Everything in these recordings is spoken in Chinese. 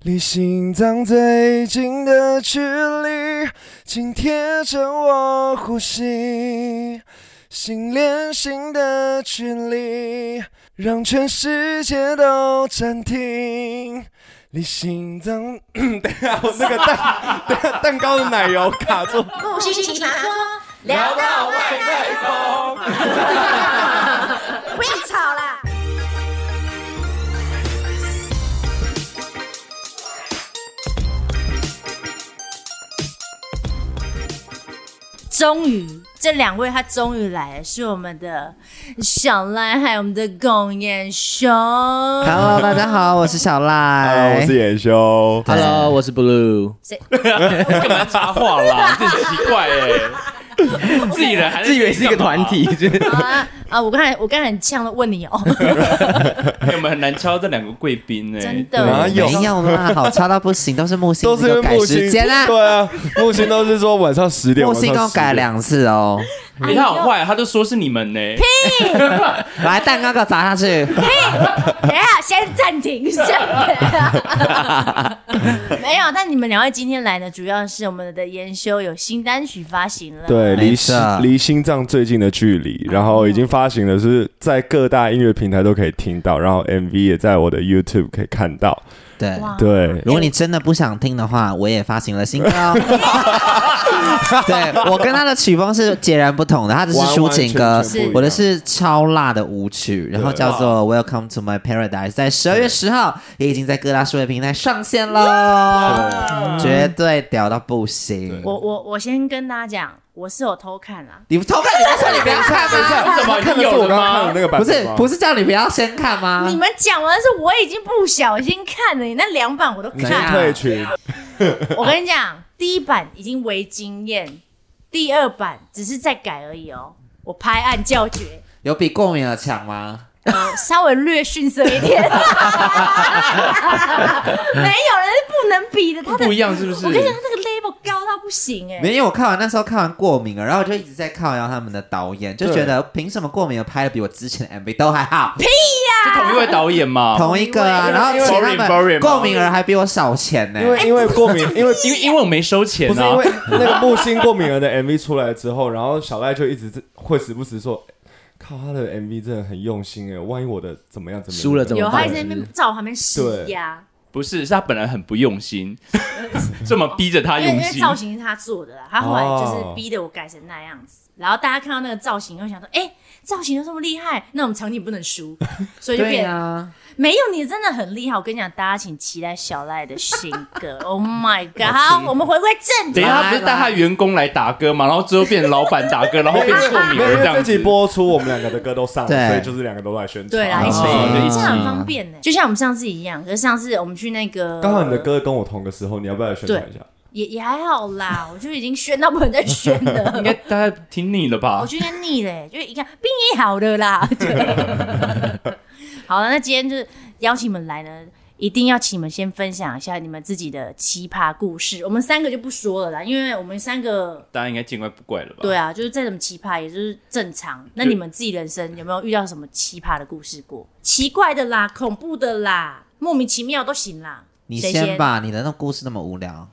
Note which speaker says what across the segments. Speaker 1: 离心脏最近的距离，紧贴着我呼吸，心连心的距离，让全世界都暂停。离心 脏，等一下我那个蛋，等一下蛋糕的奶油卡 住。
Speaker 2: 故事奇葩说，
Speaker 3: 聊到外太空。
Speaker 2: 不要吵啦！
Speaker 4: 终于，这两位他终于来了，是我们的小赖，还有我们的龚彦雄。
Speaker 5: Hello，大家好，我是小赖。
Speaker 1: 眼修。
Speaker 6: Hello，我是 Blue。
Speaker 4: 谁
Speaker 3: 干嘛插话 啦？这很奇怪哎、 自己人还
Speaker 6: 自以为是一个团 体，
Speaker 4: 好啊啊！我刚才我刚才很呛的问你哦，
Speaker 3: 干嘛，哎我们很难敲这两个贵宾哎、
Speaker 4: 真
Speaker 1: 哪
Speaker 4: 的哦
Speaker 1: 有
Speaker 5: 没有 啦，好差到不行，都是木星
Speaker 1: 都
Speaker 5: 自己
Speaker 1: 是
Speaker 5: 改
Speaker 1: 木星
Speaker 5: 时间啦，
Speaker 1: 对啊，木星都是说晚上十点，
Speaker 5: 木星
Speaker 1: 晚
Speaker 5: 都
Speaker 1: 上10
Speaker 5: 改
Speaker 1: 点。
Speaker 5: 两次哦。
Speaker 3: 你
Speaker 4: 哎
Speaker 3: 他好坏，他都说是你们呢、
Speaker 5: 来，蛋糕给我砸 下去。
Speaker 4: 等一下先暂停，先没有。但你们两位今天来呢，主要是我们的研修有新单曲发行了，
Speaker 1: 对，离
Speaker 5: 没事
Speaker 1: 心
Speaker 5: 啊
Speaker 1: 离心脏最近的距离，然后已经发行了，是在各大音乐平台都可以听到，然后 MV 也在我的 YouTube 可以看到。
Speaker 5: 对，
Speaker 4: 哇，
Speaker 1: 对，
Speaker 5: 如果你真的不想听的话，我也发行了新歌 哦。 对我跟他的曲风是截然不同的，他的是抒情
Speaker 1: 完
Speaker 5: 歌
Speaker 1: 完全全不一，样
Speaker 5: 我的是超辣的舞曲，然后
Speaker 1: 对
Speaker 5: 叫做《Welcome to My Paradise》，在十二月十号也已经在各大数位平台上线喽，绝对屌到不行。
Speaker 4: 我我我先跟大家讲，我是有偷看啦，
Speaker 5: 你偷看，你不是说你不要看
Speaker 4: 啊
Speaker 5: 吗？
Speaker 3: 为什么
Speaker 1: 看
Speaker 3: 已
Speaker 1: 的
Speaker 3: 经
Speaker 1: 是我
Speaker 3: 有
Speaker 1: 刚
Speaker 3: 了
Speaker 1: 刚看的
Speaker 3: 吗
Speaker 1: 那？个版
Speaker 5: 不
Speaker 1: 本
Speaker 5: 是
Speaker 1: 吗，
Speaker 5: 不是叫你不要先看吗
Speaker 4: 你？们讲完是我已经不小心看了，你那两版我都
Speaker 1: 你
Speaker 5: 怎
Speaker 4: 看
Speaker 1: 先
Speaker 5: 样
Speaker 4: 了。
Speaker 1: 退群，
Speaker 4: 我跟你讲，第一版已经为经验，第二版只是在改而已哦。我拍案叫绝，
Speaker 5: 有比过敏的强吗？
Speaker 4: 呃，稍微略逊色一点，没有 人是不能比的，他的
Speaker 3: 不一样是不是
Speaker 4: 我跟你讲，他那个 level 高到不行哎、
Speaker 5: 没有，因为我看完那时候看完过敏了，然后我就一直在靠邀他们的导演，就觉得凭什么过敏的拍的比我之前的 MV 都还好，
Speaker 3: 是同一位导演嘛？
Speaker 5: 同一个啊，
Speaker 3: 因为
Speaker 5: 然后
Speaker 3: 因为
Speaker 5: 请他
Speaker 3: Boring- Boring 嘛
Speaker 5: 们过敏儿还比我少钱呢、
Speaker 1: 因为因为过敏，因为
Speaker 3: 因为因为我没收钱
Speaker 1: 不是
Speaker 3: 啊
Speaker 1: 因为。 那个木星过敏儿的 MV 出来之后，然后小赖就一直会时不时说。靠，他的 MV 真的很用心哎，万一我的怎么样怎么样
Speaker 6: 输了怎么
Speaker 4: 有
Speaker 6: 办
Speaker 4: 他一直在那边照旁边施压，
Speaker 3: 不是，是他本来很不用心， 这么逼着他
Speaker 4: 因为因
Speaker 3: 用
Speaker 4: 为
Speaker 3: 心。
Speaker 4: 造型是他做的啦，啊他后来就是
Speaker 1: 哦
Speaker 4: 逼得我改成那样子，然后大家看到那个造型又想说，哎、造型都这么厉害，那我们场景不 能输，所以就
Speaker 5: 对
Speaker 4: 变
Speaker 5: 呀、啊，
Speaker 4: 没有，你真的很厉害。我跟你讲，大家请期待小赖的新 歌。oh my god！好，我们回归正
Speaker 3: 等
Speaker 4: 题
Speaker 3: 一。下，他不是带他员工来打歌嘛，然后之后变老板打歌，然后变过敏
Speaker 1: 没有，
Speaker 3: 儿
Speaker 1: 因为
Speaker 3: 这
Speaker 1: 这
Speaker 3: 样
Speaker 1: 集
Speaker 3: 子。
Speaker 1: 播出，我们两个的歌都上了，
Speaker 5: 对
Speaker 1: 所以就是两个都来宣传。
Speaker 4: 对啦，一起、
Speaker 3: 哦就一起
Speaker 4: 这样很方便呢、欸就像我们上次一样。可是上次我们去那个，
Speaker 1: 刚好你的歌跟我同个时候，你要不要来宣传一下？
Speaker 4: 也也还好啦，我就已经宣到不能再宣了
Speaker 3: 应。该大家听腻了
Speaker 4: 我
Speaker 3: 吧？
Speaker 4: 就跟腻嘞、就一看病也好了啦。好了，那今天就是邀请你们来呢，一定要请你们先分享一下你们自己的奇葩故事。我们三个就不说了啦，因为我们三个
Speaker 3: 大家应该见怪不怪了吧？
Speaker 4: 对啊，就是再怎么奇葩，也就是正常。那你们自己人生有没有遇到什么奇葩的故事过？奇怪的啦，恐怖的啦，莫名其妙都行啦。
Speaker 5: 你
Speaker 4: 谁
Speaker 5: 先。吧，你的那故事那么无聊，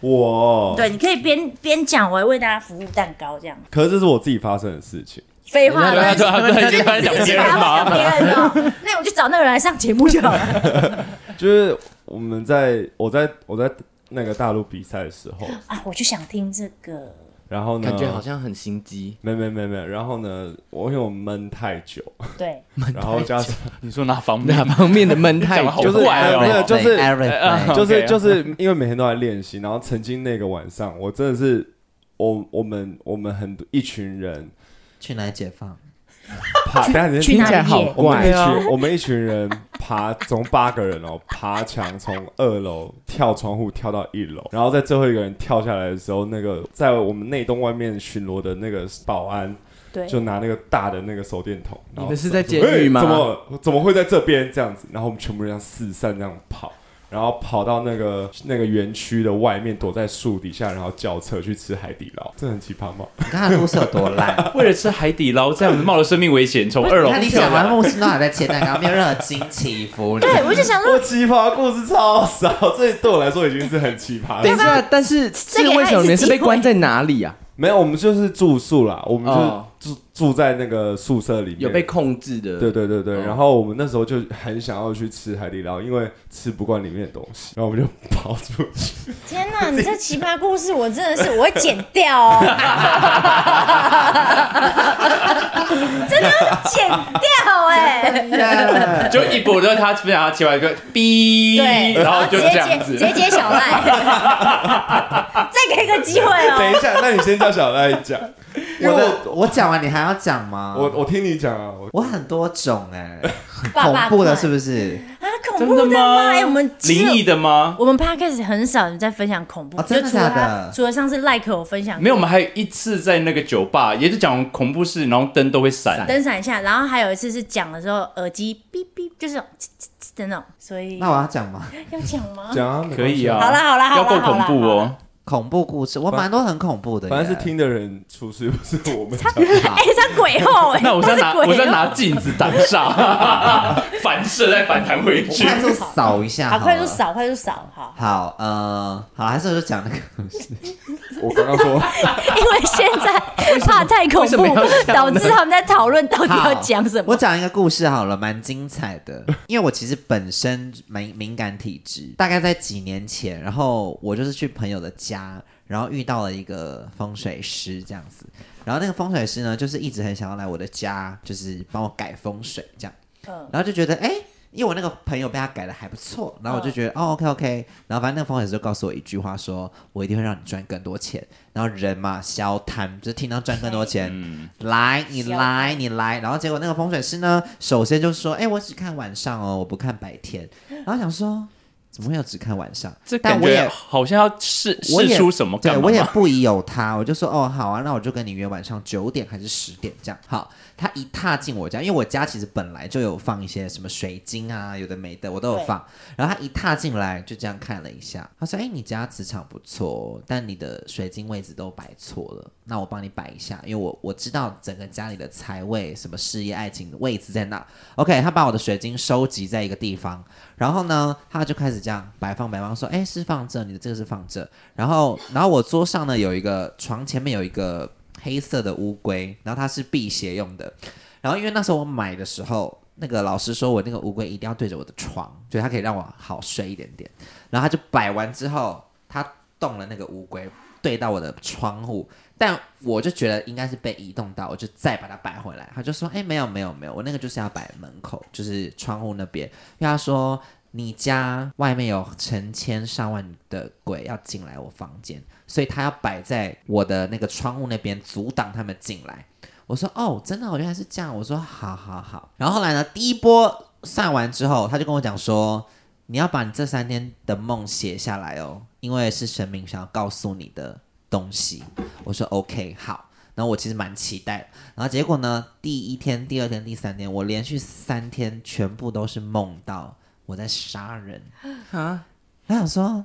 Speaker 1: 我，
Speaker 4: 对，你可以边边讲，我还为大家服务蛋糕这样。
Speaker 1: 可是这是我自己发生的事情。
Speaker 4: 废 话，
Speaker 3: 对啊，对啊，对啊，就 开始讲
Speaker 4: 那
Speaker 3: 别
Speaker 4: 是
Speaker 3: 人
Speaker 4: 他
Speaker 3: 嘛。
Speaker 4: 别人 哦。那我就找那个人来上节目就好了。
Speaker 1: 就是我们在我在我在那个大陆比赛的时候，
Speaker 4: 啊，我就想听这个。
Speaker 1: 然后呢，
Speaker 6: 感觉好像很心机。
Speaker 1: 没没没没，然后呢，我因为我闷太久，
Speaker 4: 对，
Speaker 1: 然后加上
Speaker 3: 你说哪方面
Speaker 6: 哪？方面的闷太
Speaker 3: 讲得好
Speaker 6: 久？
Speaker 1: 就是
Speaker 3: 怪哦
Speaker 1: 没有就是
Speaker 5: e v e r y t h
Speaker 3: 呃
Speaker 5: i
Speaker 1: 就是
Speaker 3: OK
Speaker 1: 就是因为每天都在练习，然后曾经那个晚上，我真的是我我们我们很多一群 人，
Speaker 5: 去哪里解放？
Speaker 1: 爬，但是
Speaker 4: 去
Speaker 6: 听
Speaker 4: 哪里
Speaker 6: 起来好
Speaker 4: 演
Speaker 1: 我们
Speaker 6: 怪
Speaker 1: 一
Speaker 3: 啊
Speaker 1: 群我们一群人爬，总八个人哦，爬墙从二楼跳窗户跳到一楼，然后在最后一个人跳下来的时候，那个在我们内洞外面巡逻的那个保安
Speaker 4: 对，
Speaker 1: 就拿那个大的那个手电筒，然
Speaker 6: 你
Speaker 1: 后
Speaker 6: 们是在监
Speaker 1: 哎
Speaker 6: 狱吗？
Speaker 1: 怎么怎么会在这边这样子？然后我们全部人这样四散这样跑，然后跑到那个那个园区的外面，躲在树底下，然后叫车去吃海底捞，这很奇葩吗？
Speaker 5: 你看他的故事有多烂。
Speaker 3: 为了吃海底捞，这样子冒了生命危险，从二
Speaker 5: 你
Speaker 3: 楼
Speaker 5: 看你
Speaker 3: 跳
Speaker 5: 讲完
Speaker 3: 下来。
Speaker 5: 木星都还在切蛋糕，没有任何惊奇服你。
Speaker 7: 对，我就
Speaker 6: 啊
Speaker 7: 想说
Speaker 1: 我奇葩故事超少，这对我来说已经是很奇葩
Speaker 8: 等一
Speaker 1: 了。
Speaker 8: 下，但是这个为什么你们是被关在哪里啊？
Speaker 1: 没有，我们就是住宿啦，我们
Speaker 8: 哦
Speaker 1: 就是住、住在那个宿舍里面，
Speaker 8: 有被控制的，
Speaker 1: 对对对对，
Speaker 8: 嗯
Speaker 1: 然后我们那时候就很想要去吃海底捞，因为吃不惯里面的东西，然后我们就跑出去。
Speaker 4: 天哪，你这奇葩故事我真的是我会剪掉 哦，真的要剪掉哎、
Speaker 3: 就一波，就是他分享他切完一个哔，
Speaker 4: 对，
Speaker 3: 然后就
Speaker 4: 直
Speaker 3: 这
Speaker 4: 接
Speaker 3: 样
Speaker 4: 接
Speaker 3: 子
Speaker 4: 直。接接 小赖，再给一个机会
Speaker 1: 等
Speaker 3: 哎
Speaker 4: 哦。
Speaker 1: 一下，那你先叫小赖讲，因为
Speaker 5: 我
Speaker 1: 我
Speaker 5: 的我讲完你还要讲吗？
Speaker 1: 我我听你讲啊，我
Speaker 5: 我很多种哎、
Speaker 4: 爸
Speaker 5: 恐
Speaker 4: 爸
Speaker 5: 怖的
Speaker 4: 快
Speaker 5: 是不是？
Speaker 4: 啊，恐
Speaker 3: 真
Speaker 4: 怖
Speaker 3: 的
Speaker 4: 吗？
Speaker 3: 吗？
Speaker 4: 哎、我们其实
Speaker 3: 灵异的吗？
Speaker 7: 我们 podcast 很少人在分享恐怖，
Speaker 5: 哦
Speaker 7: 就
Speaker 5: 真的
Speaker 7: 除了
Speaker 5: 假
Speaker 7: 他
Speaker 5: 的
Speaker 7: 除了上次赖可我分享
Speaker 3: 没有，我们还有一次在那个酒吧，也是讲恐怖事，然后灯都会闪。
Speaker 7: 灯闪一下，然后还有一次是讲的时候耳机哔哔，就是那种呲呲呲的那种，所以
Speaker 5: 那我要讲吗？
Speaker 7: 要讲 吗？
Speaker 1: 讲啊，没
Speaker 3: 可
Speaker 1: 关
Speaker 3: 以
Speaker 1: 系
Speaker 3: 啊，
Speaker 4: 好啦好啦好啦
Speaker 3: 要够
Speaker 4: 好
Speaker 3: 恐怖
Speaker 4: 啦好
Speaker 3: 哦
Speaker 4: 啦。
Speaker 5: 恐怖故事，我蛮多很恐怖的耶，
Speaker 1: 反正是听的人出事，不是我们讲。
Speaker 5: 好
Speaker 7: 哎，他鬼后
Speaker 5: 哦
Speaker 7: 哎，
Speaker 3: 那我是哦要拿，
Speaker 7: 他是鬼后
Speaker 3: 我是要拿镜子挡煞，反射再反弹回
Speaker 5: 我
Speaker 3: 去。
Speaker 5: 快速扫一下
Speaker 7: 好，
Speaker 5: 了
Speaker 7: 快速。扫，快速扫，好，
Speaker 5: 好，呃，好，还是我就讲那个故事。
Speaker 1: 我刚刚说，
Speaker 7: 因为现在怕太恐
Speaker 8: 为什么
Speaker 7: 怖
Speaker 8: 要这样，呢
Speaker 7: 导致他们在讨论到底
Speaker 5: 好
Speaker 7: 要讲什
Speaker 5: 我
Speaker 7: 么。
Speaker 5: 讲一个故事好了，蛮精彩的。 因为我其实本身蛮敏感体质，大概在几年前，然后我就是去朋友的家，然后遇到了一个风水师这样子。然后那个风水师呢，就是一直很想要来我的家，就是帮我改风水这样。
Speaker 7: 嗯
Speaker 5: 然后就觉得哎。诶因为我那个朋友被他改的还不错，然后我就
Speaker 3: 嗯
Speaker 5: 觉得、哦，OK OK，然后反正那个风水师就告诉我一句话说，我一定会让你赚更多钱。然后人嘛，消贪，就是听到赚更多钱，
Speaker 3: 嗯
Speaker 5: 来你
Speaker 4: 消
Speaker 5: 来你来。然后结果那个风水师呢，首先就说，哎、我只看晚上哦，我不看白天。然后想说，怎么会有只看晚上？
Speaker 3: 这
Speaker 5: 但
Speaker 3: 感
Speaker 5: 我
Speaker 3: 觉
Speaker 5: 也
Speaker 3: 好像要试
Speaker 5: 我
Speaker 3: 试
Speaker 5: 也
Speaker 3: 出什么
Speaker 5: 对
Speaker 3: 干嘛
Speaker 5: 我也
Speaker 3: 嘛？
Speaker 5: 不疑有他，我就说哦好啊，那我就跟你约晚上九点还是十点这样。好，他一踏进我家，因为我家其实本来就有放一些什么水晶啊，有的没的我都有放。然后他一踏进来就这样看了一下，他说：“哎、你家磁场不错哦，但你的水晶位置都摆错了，那我帮你摆一下，因为我我知道整个家里的财位、什么事业、爱情的位置在哪。OK，他把我的水晶收集在一个地方，然后呢，他就开始这样摆放摆放，说：“哎，是放这，你的这个是放这。”然后，然后我桌上呢有一个床前面有一个黑色的乌龟，然后它是辟邪用的。然后因为那时候我买的时候，那个老师说我那个乌龟一定要对着我的床，所以它可以让我好睡一点点。然后他就摆完之后，他动了那个乌龟，对到我的窗户，但我就觉得应该是被移动到，我就再把它摆回来。他就说：“哎、没有没有没有，我那个就是要摆门口，就是窗户那边。”因为他说你家外面有成千上万的鬼要进来我房间，所以他要摆在我的那个窗户那边，阻挡他们进来。我说哦，真的哦，我原来是这样。我说好好好。然后后来呢，第一波散完之后，他就跟我讲说，你要把你这三天的梦写下来哦，因为是神明想要告诉你的东西。我说 OK，好。然后我其实蛮期待的，然后结果呢，第一天、第二天、第三天，我连续三天全部都是梦到我在杀人。
Speaker 8: 啊，
Speaker 5: 他想说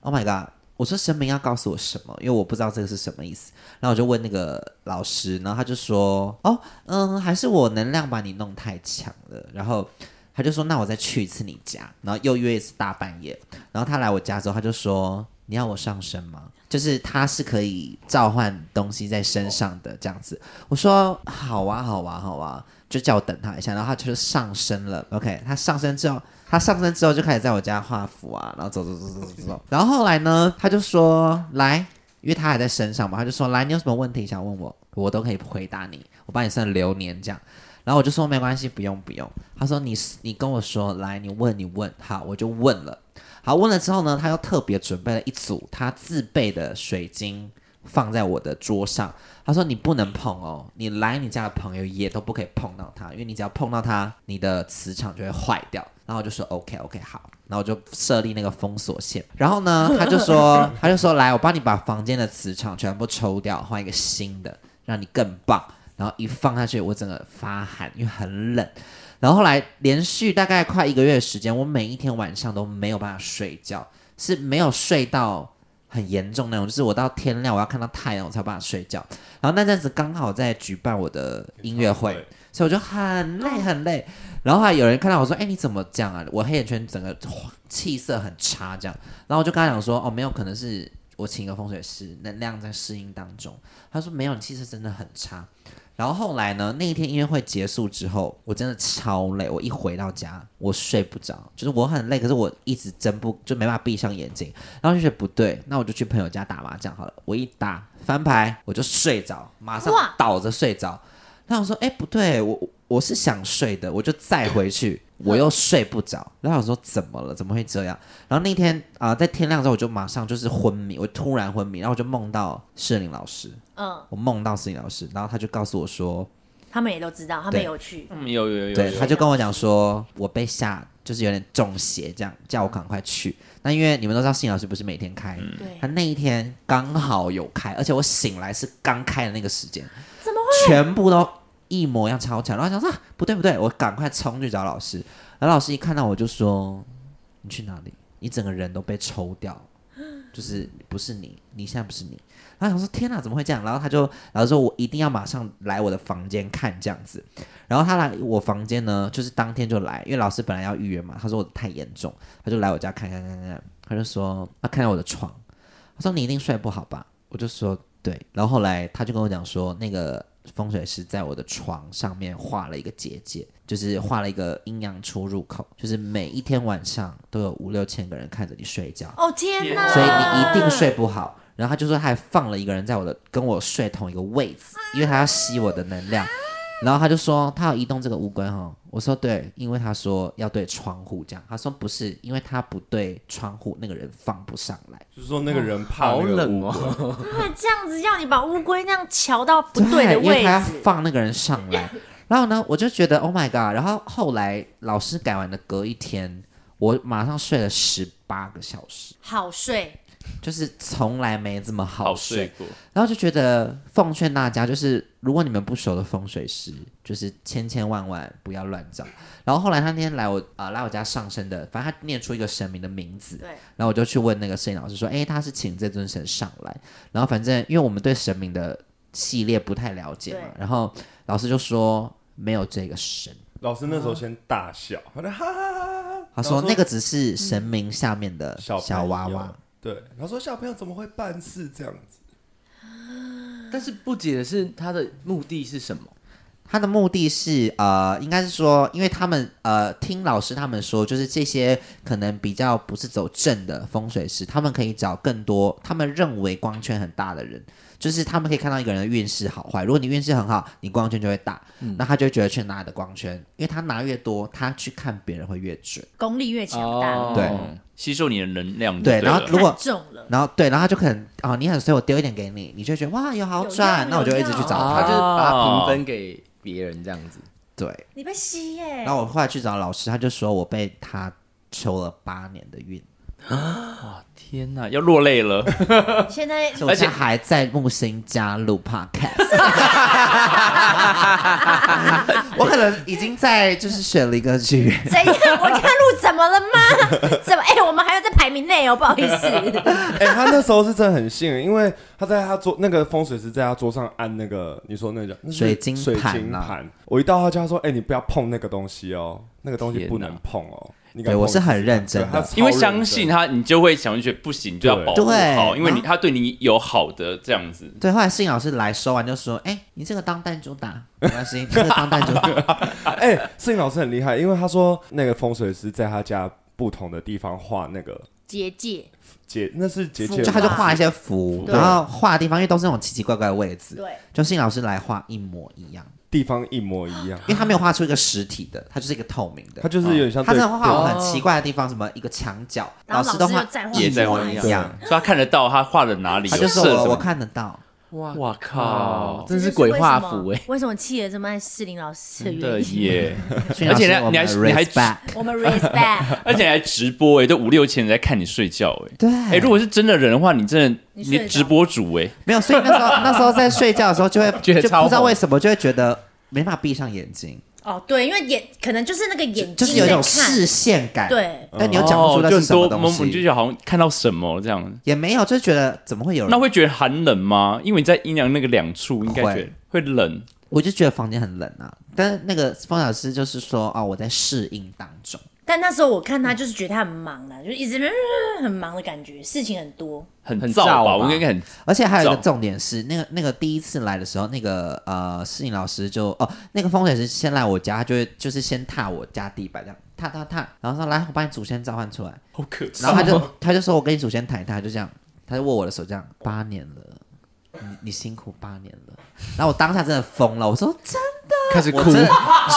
Speaker 5: ，Oh my god！我说神明要告诉我什么？因为我不知道这个是什么意思。然后我就问那个老师，然后他就说，哦，嗯，还是我能量把你弄太强了。然后他就说，那我再去一次你家，然后又约一次大半夜。然后他来我家之后，他就说，你要我上身吗？就是他是可以召唤东西在身上的这样子。我说好啊，好啊，好啊，就叫我等他一下，然后他就上身了。OK，他上身之后，他上身之后就开始在我家画符啊，然后走走走走走走。然后后来呢，他就说来，因为他还在身上嘛，他就说来，你有什么问题想问我，我都可以回答你，我帮你算流年这样。然后我就说没关系，不用不用。他说你你跟我说来，你问你问，好，我就问了。好，问了之后呢，他又特别准备了一组他自备的水晶放在我的桌上。他说你不能碰哦，你来你家的朋友也都不可以碰到它，因为你只要碰到它，你的磁场就会坏掉。然后我就说 OK OK 好，然后我就设立那个封锁线。然后呢，他就说 他就说来，我帮你把房间的磁场全部抽掉，换一个新的，让你更棒。然后一放下去，我整个发寒，因为很冷。然后后来连续大概快一个月的时间，我每一天晚上都没有办法睡觉，是没有睡到很严重那种，就是我到天亮我要看到太阳我才有办法睡觉。然后那阵子刚好在举办我的音乐会，所以我就很累很累。然后后来有人看到我说：“哎、你怎么这样啊？”我黑眼圈整个哗气色很差这样。然后我就跟他讲说：“哦，没有，可能是我请一个风水师，能量在适应当中。”他说：“没有，你气色真的很差。”然后后来呢？那一天音乐会结束之后，我真的超累。我一回到家，我睡不着，就是我很累，可是我一直睁不就没办法闭上眼睛。然后就觉得不对，那我就去朋友家打麻将好了。我一打翻牌，我就睡着，马上
Speaker 7: 哇
Speaker 5: 倒着睡着。然后我说：“哎，不对，我我我是想睡的，我就再回去，我又睡不着。”然后我说：“怎么了？怎么会这样？”然后那天啊、呃在天亮之后，我就马上就是昏迷，我突然昏迷，然后我就梦到摄林老师。
Speaker 7: 嗯，
Speaker 5: 我梦到摄影老师，然后他就告诉我说，
Speaker 7: 他们也都知道，他们
Speaker 5: 对
Speaker 7: 有去，
Speaker 3: 嗯，有有有有，
Speaker 5: 对，他就跟我讲说，我被吓，就是有点中邪，这样叫我赶快去。那因为你们都知道，摄影老师不是每天开，
Speaker 7: 对
Speaker 5: 他，那一天刚好有开，而且我醒来是刚开的那个时间，
Speaker 7: 怎么
Speaker 5: 全部都一模一样超强。然后想说、啊、不对不对，我赶快冲去找老师。然后老师一看到我就说：“你去哪里？你整个人都被抽掉，就是不是你，你现在不是你。”然后想说：“天哪，怎么会这样？”然后他就然后说：“我一定要马上来我的房间看这样子。”然后他来我房间呢，就是当天就来，因为老师本来要预约嘛，他说我太严重，他就来我家看看看看看，他就说他看到我的床，他说你一定睡不好吧？我就说对，然后后来他就跟我讲说，那个呃风水师在我的床上面画了一个结界，就是画了一个阴阳出入口，就是每一天晚上都有五六千个人看着你睡觉，
Speaker 7: 哦天哪！
Speaker 5: 所以你一定睡不好。然后他就说他还放了一个人在我的跟我睡同一个位置，因为他要吸我的能量。然后他就说他要移动这个乌龟哈，我说对，因为他说要对窗户这样，他说不是，因为他不对窗户，那个人放不上来。
Speaker 1: 就是说那个人怕
Speaker 8: 好
Speaker 1: 那个
Speaker 8: 冷
Speaker 1: 乌龟，
Speaker 8: 哦，
Speaker 7: 他们这样子要你把乌龟那样瞧到不对的
Speaker 5: 因为
Speaker 7: 位
Speaker 5: 他要
Speaker 7: 置，
Speaker 5: 放那个人上来。然后呢，我就觉得 Oh my god！然后后来老师改完的隔一天，我马上睡了十八个小时，
Speaker 7: 好睡。
Speaker 5: 就是从来没这么好
Speaker 3: 好
Speaker 5: 睡
Speaker 3: 睡过，
Speaker 5: 然后就觉得奉劝大家，就是如果你们不熟的风水师，就是千千万万不要乱找。然后后来他那天来我啊、来我家上身的，反正他念出一个神明的名字，
Speaker 7: 对，
Speaker 5: 然后我就去问那个摄影老师说，诶，他是请这尊神上来，然后反正因为我们对神明的系列不太了解嘛
Speaker 7: 对，
Speaker 5: 然后老师就说没有这个神，
Speaker 1: 老师那时候先大笑，他说哈哈哈哈哈，
Speaker 5: 他
Speaker 1: 然
Speaker 5: 说
Speaker 1: 后
Speaker 5: 那个只是
Speaker 7: 嗯
Speaker 5: 神明下面的
Speaker 1: 小
Speaker 5: 小
Speaker 1: 朋
Speaker 5: 娃
Speaker 1: 友
Speaker 5: 娃，，
Speaker 1: 对，他说小朋友怎么会办事这样子？
Speaker 8: 但是不解的是他的目的是什么？
Speaker 5: 他的目的是呃，应该是说，因为他们呃，听老师他们说，就是这些可能比较不是走正的风水师，他们可以找更多他们认为光圈很大的人，就是他们可以看到一个人的运势好坏。如果你运势很好，你光圈就会大，那他就会觉得去拿你的光圈，因为他拿越多，他去看别人会越准。
Speaker 7: 功力越强大，
Speaker 5: 对
Speaker 3: 哦，吸收你的能量就
Speaker 5: 对
Speaker 3: 对
Speaker 5: 然后
Speaker 3: 了
Speaker 5: 如果
Speaker 7: 看中了，
Speaker 5: 然后对，然后他就可能哦，你很衰，我丢一点给你，你就会觉得哇，有好
Speaker 7: 有
Speaker 5: 转，
Speaker 7: 用
Speaker 5: 那我就
Speaker 7: 有哦
Speaker 5: 一直去
Speaker 7: 用
Speaker 5: 找
Speaker 8: 他
Speaker 5: 他。
Speaker 8: 就是把
Speaker 3: 啊
Speaker 8: 它平分给别人这样子。
Speaker 5: 对，
Speaker 7: 你被吸耶、
Speaker 5: 然后我后来去找老师，他就说我被他抽了八年的运。
Speaker 3: 天哪，要落泪了，
Speaker 7: 现在
Speaker 5: 而且还在木星加入 podcast，我可能已经在就是选了一个剧院，
Speaker 7: 怎样？我加入怎么了吗？怎么？哎、我们还要在排名内哦，不好意思。
Speaker 1: 哎、他那时候是真的很幸运，因为他在他桌那个风水师在他桌上按那个你说那个叫那是
Speaker 5: 水晶
Speaker 1: 水
Speaker 5: 盘
Speaker 1: 晶
Speaker 5: 啊
Speaker 1: 盘，我一到他家说，哎、你不要碰那个东西哦，那个东西
Speaker 3: 天
Speaker 1: 不
Speaker 3: 哪
Speaker 1: 能碰哦。你敢
Speaker 5: 对我
Speaker 1: 碰
Speaker 5: 是
Speaker 1: 就
Speaker 5: 很
Speaker 1: 死
Speaker 5: 认真
Speaker 1: 对
Speaker 5: 的
Speaker 1: 他超
Speaker 3: 因为
Speaker 1: 认
Speaker 3: 相
Speaker 1: 真
Speaker 3: 信他，你就会想去觉得不行，你就要保护
Speaker 5: 对啊
Speaker 3: 好，因为你
Speaker 5: 然后
Speaker 3: 他对你有好的这样子。
Speaker 5: 对，后来信老师来收完就说：“哎、你这个当弹珠打没 关系，你这个当弹珠打。
Speaker 3: 啊
Speaker 1: 哎、摄影老师很厉害，因为他说那个风水师在他家不同的地方画那个
Speaker 7: 结界，
Speaker 1: 结，那是结界吗，
Speaker 5: 就他就画一些符，
Speaker 7: 对
Speaker 5: 然后画的地方因为都是那种奇奇怪怪的位置，
Speaker 7: 对，
Speaker 5: 就信老师来画一模一样，
Speaker 1: 地方一模一样，
Speaker 3: 哦
Speaker 5: 因为他没有画出一个实体的，他就是一个透明的
Speaker 1: 他。就是有点像
Speaker 5: 他真
Speaker 1: 对哦
Speaker 5: 的画我很奇怪的地方，什么一个墙角，
Speaker 7: 然后
Speaker 5: 师
Speaker 7: 老
Speaker 5: 都
Speaker 7: 师
Speaker 5: 画
Speaker 7: 又再画
Speaker 5: 一
Speaker 3: 也在
Speaker 5: 模
Speaker 3: 画
Speaker 5: 一
Speaker 7: 一
Speaker 1: 样
Speaker 5: 样，
Speaker 3: 所以他看得到他画的哪里
Speaker 5: 他
Speaker 3: 有
Speaker 5: 就
Speaker 3: 射
Speaker 5: 说
Speaker 3: 什
Speaker 5: 我我
Speaker 3: 么。
Speaker 5: 看得到。
Speaker 8: 哇
Speaker 3: 哇靠！
Speaker 8: 真是鬼画符
Speaker 7: 为
Speaker 8: 哎
Speaker 5: 欸
Speaker 7: 什！么为什么气得这么爱士林老师的
Speaker 3: 对
Speaker 7: 原因？
Speaker 3: 耶，
Speaker 5: 信
Speaker 3: 而且
Speaker 5: 老师啊
Speaker 3: 你
Speaker 5: 我
Speaker 3: 你还
Speaker 5: 们
Speaker 3: 你还
Speaker 5: respect
Speaker 7: 我们 respect，
Speaker 3: 而且还直播哎，都五六千人在看你睡觉哎。
Speaker 5: 对，
Speaker 3: 哎、如果是真的人的话，你真的
Speaker 7: 你睡得
Speaker 3: 你直播主哎、
Speaker 5: 没有，所 以那时候那时候在睡觉的时候就会
Speaker 8: 觉得
Speaker 5: 就
Speaker 8: 超
Speaker 5: 不知道
Speaker 8: 红
Speaker 5: 为什么就会觉得没办法闭上眼睛，
Speaker 4: 哦，对，因为眼可能就是那个眼睛
Speaker 5: 就是有一种
Speaker 4: 在看
Speaker 5: 视线感，，
Speaker 4: 对，
Speaker 5: 但你又讲不出
Speaker 3: 哦
Speaker 5: 那
Speaker 3: 就是很
Speaker 5: 什么
Speaker 3: 多
Speaker 5: 东
Speaker 3: 我们就
Speaker 5: 西，
Speaker 3: 觉得好像看到什么这样。
Speaker 5: 也没有，就是觉得怎么会有人？
Speaker 3: 那会觉得寒冷吗？因为你在阴阳那个两处，应该
Speaker 5: 会
Speaker 3: 觉得会冷。
Speaker 5: 我就觉得房间很冷啊。但是那个方老师就是说，哦，我在适应当中，
Speaker 4: 但那时候我看他就是觉得他很忙啊，就一直嗯很忙的感觉，事情很多。
Speaker 3: 很
Speaker 8: 很
Speaker 3: 燥吧？
Speaker 8: 燥吧
Speaker 3: 我应该很
Speaker 5: 而且还有一个
Speaker 3: 燥
Speaker 5: 重点是，那个那个第一次来的时候，那个呃摄影老师就哦，那个风水师先来我家，他就会就是先踏我家地板这样踏踏踏，然后说来我把你祖先召唤出来，
Speaker 3: 好可怕。
Speaker 5: 然后他就他就说我跟你祖先谈一谈，他就这样，他就握我的手这样，八年了，你你辛苦八年了。然后我当下真的疯了，我说真
Speaker 8: 开始
Speaker 5: 我
Speaker 8: 哭
Speaker 5: 真，的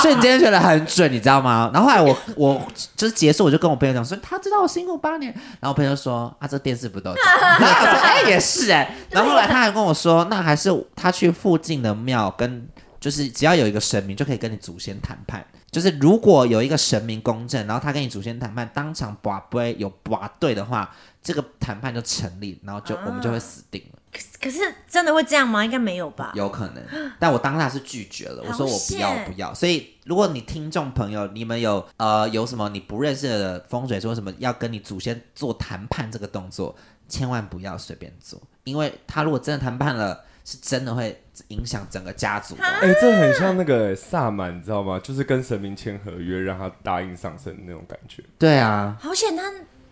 Speaker 5: 瞬间觉得很准，你知道吗？然后后来我 我就是结束，我就跟我朋友讲说，他知道我辛苦八年。然后我朋友说啊，这电视不都讲？然后我说哎、也是 哎、然后后来他还跟我说，那还是他去附近的庙跟，就是只要有一个神明就可以跟你祖先谈判。就是如果有一个神明公正，然后他跟你祖先谈判，当场把杯有把对的话，这个谈判就成立，然后就、我们就会死定了，
Speaker 4: 可是可是真的会这样吗？应该没有吧？
Speaker 5: 有可能。但我当下是拒绝了，我说我不要
Speaker 4: 好
Speaker 5: 我
Speaker 4: 险
Speaker 5: 不要。所以如果你听众朋友，你们有呃有什么你不认识的风水说什么要跟你祖先做谈判这个动作，千万不要随便做，因为他如果真的谈判了，是真的会影响整个家族的。
Speaker 1: 哎、这很像那个萨满，你知道吗？就是跟神明签合约，让他答应上身的那种感觉。
Speaker 5: 对啊，
Speaker 4: 好险他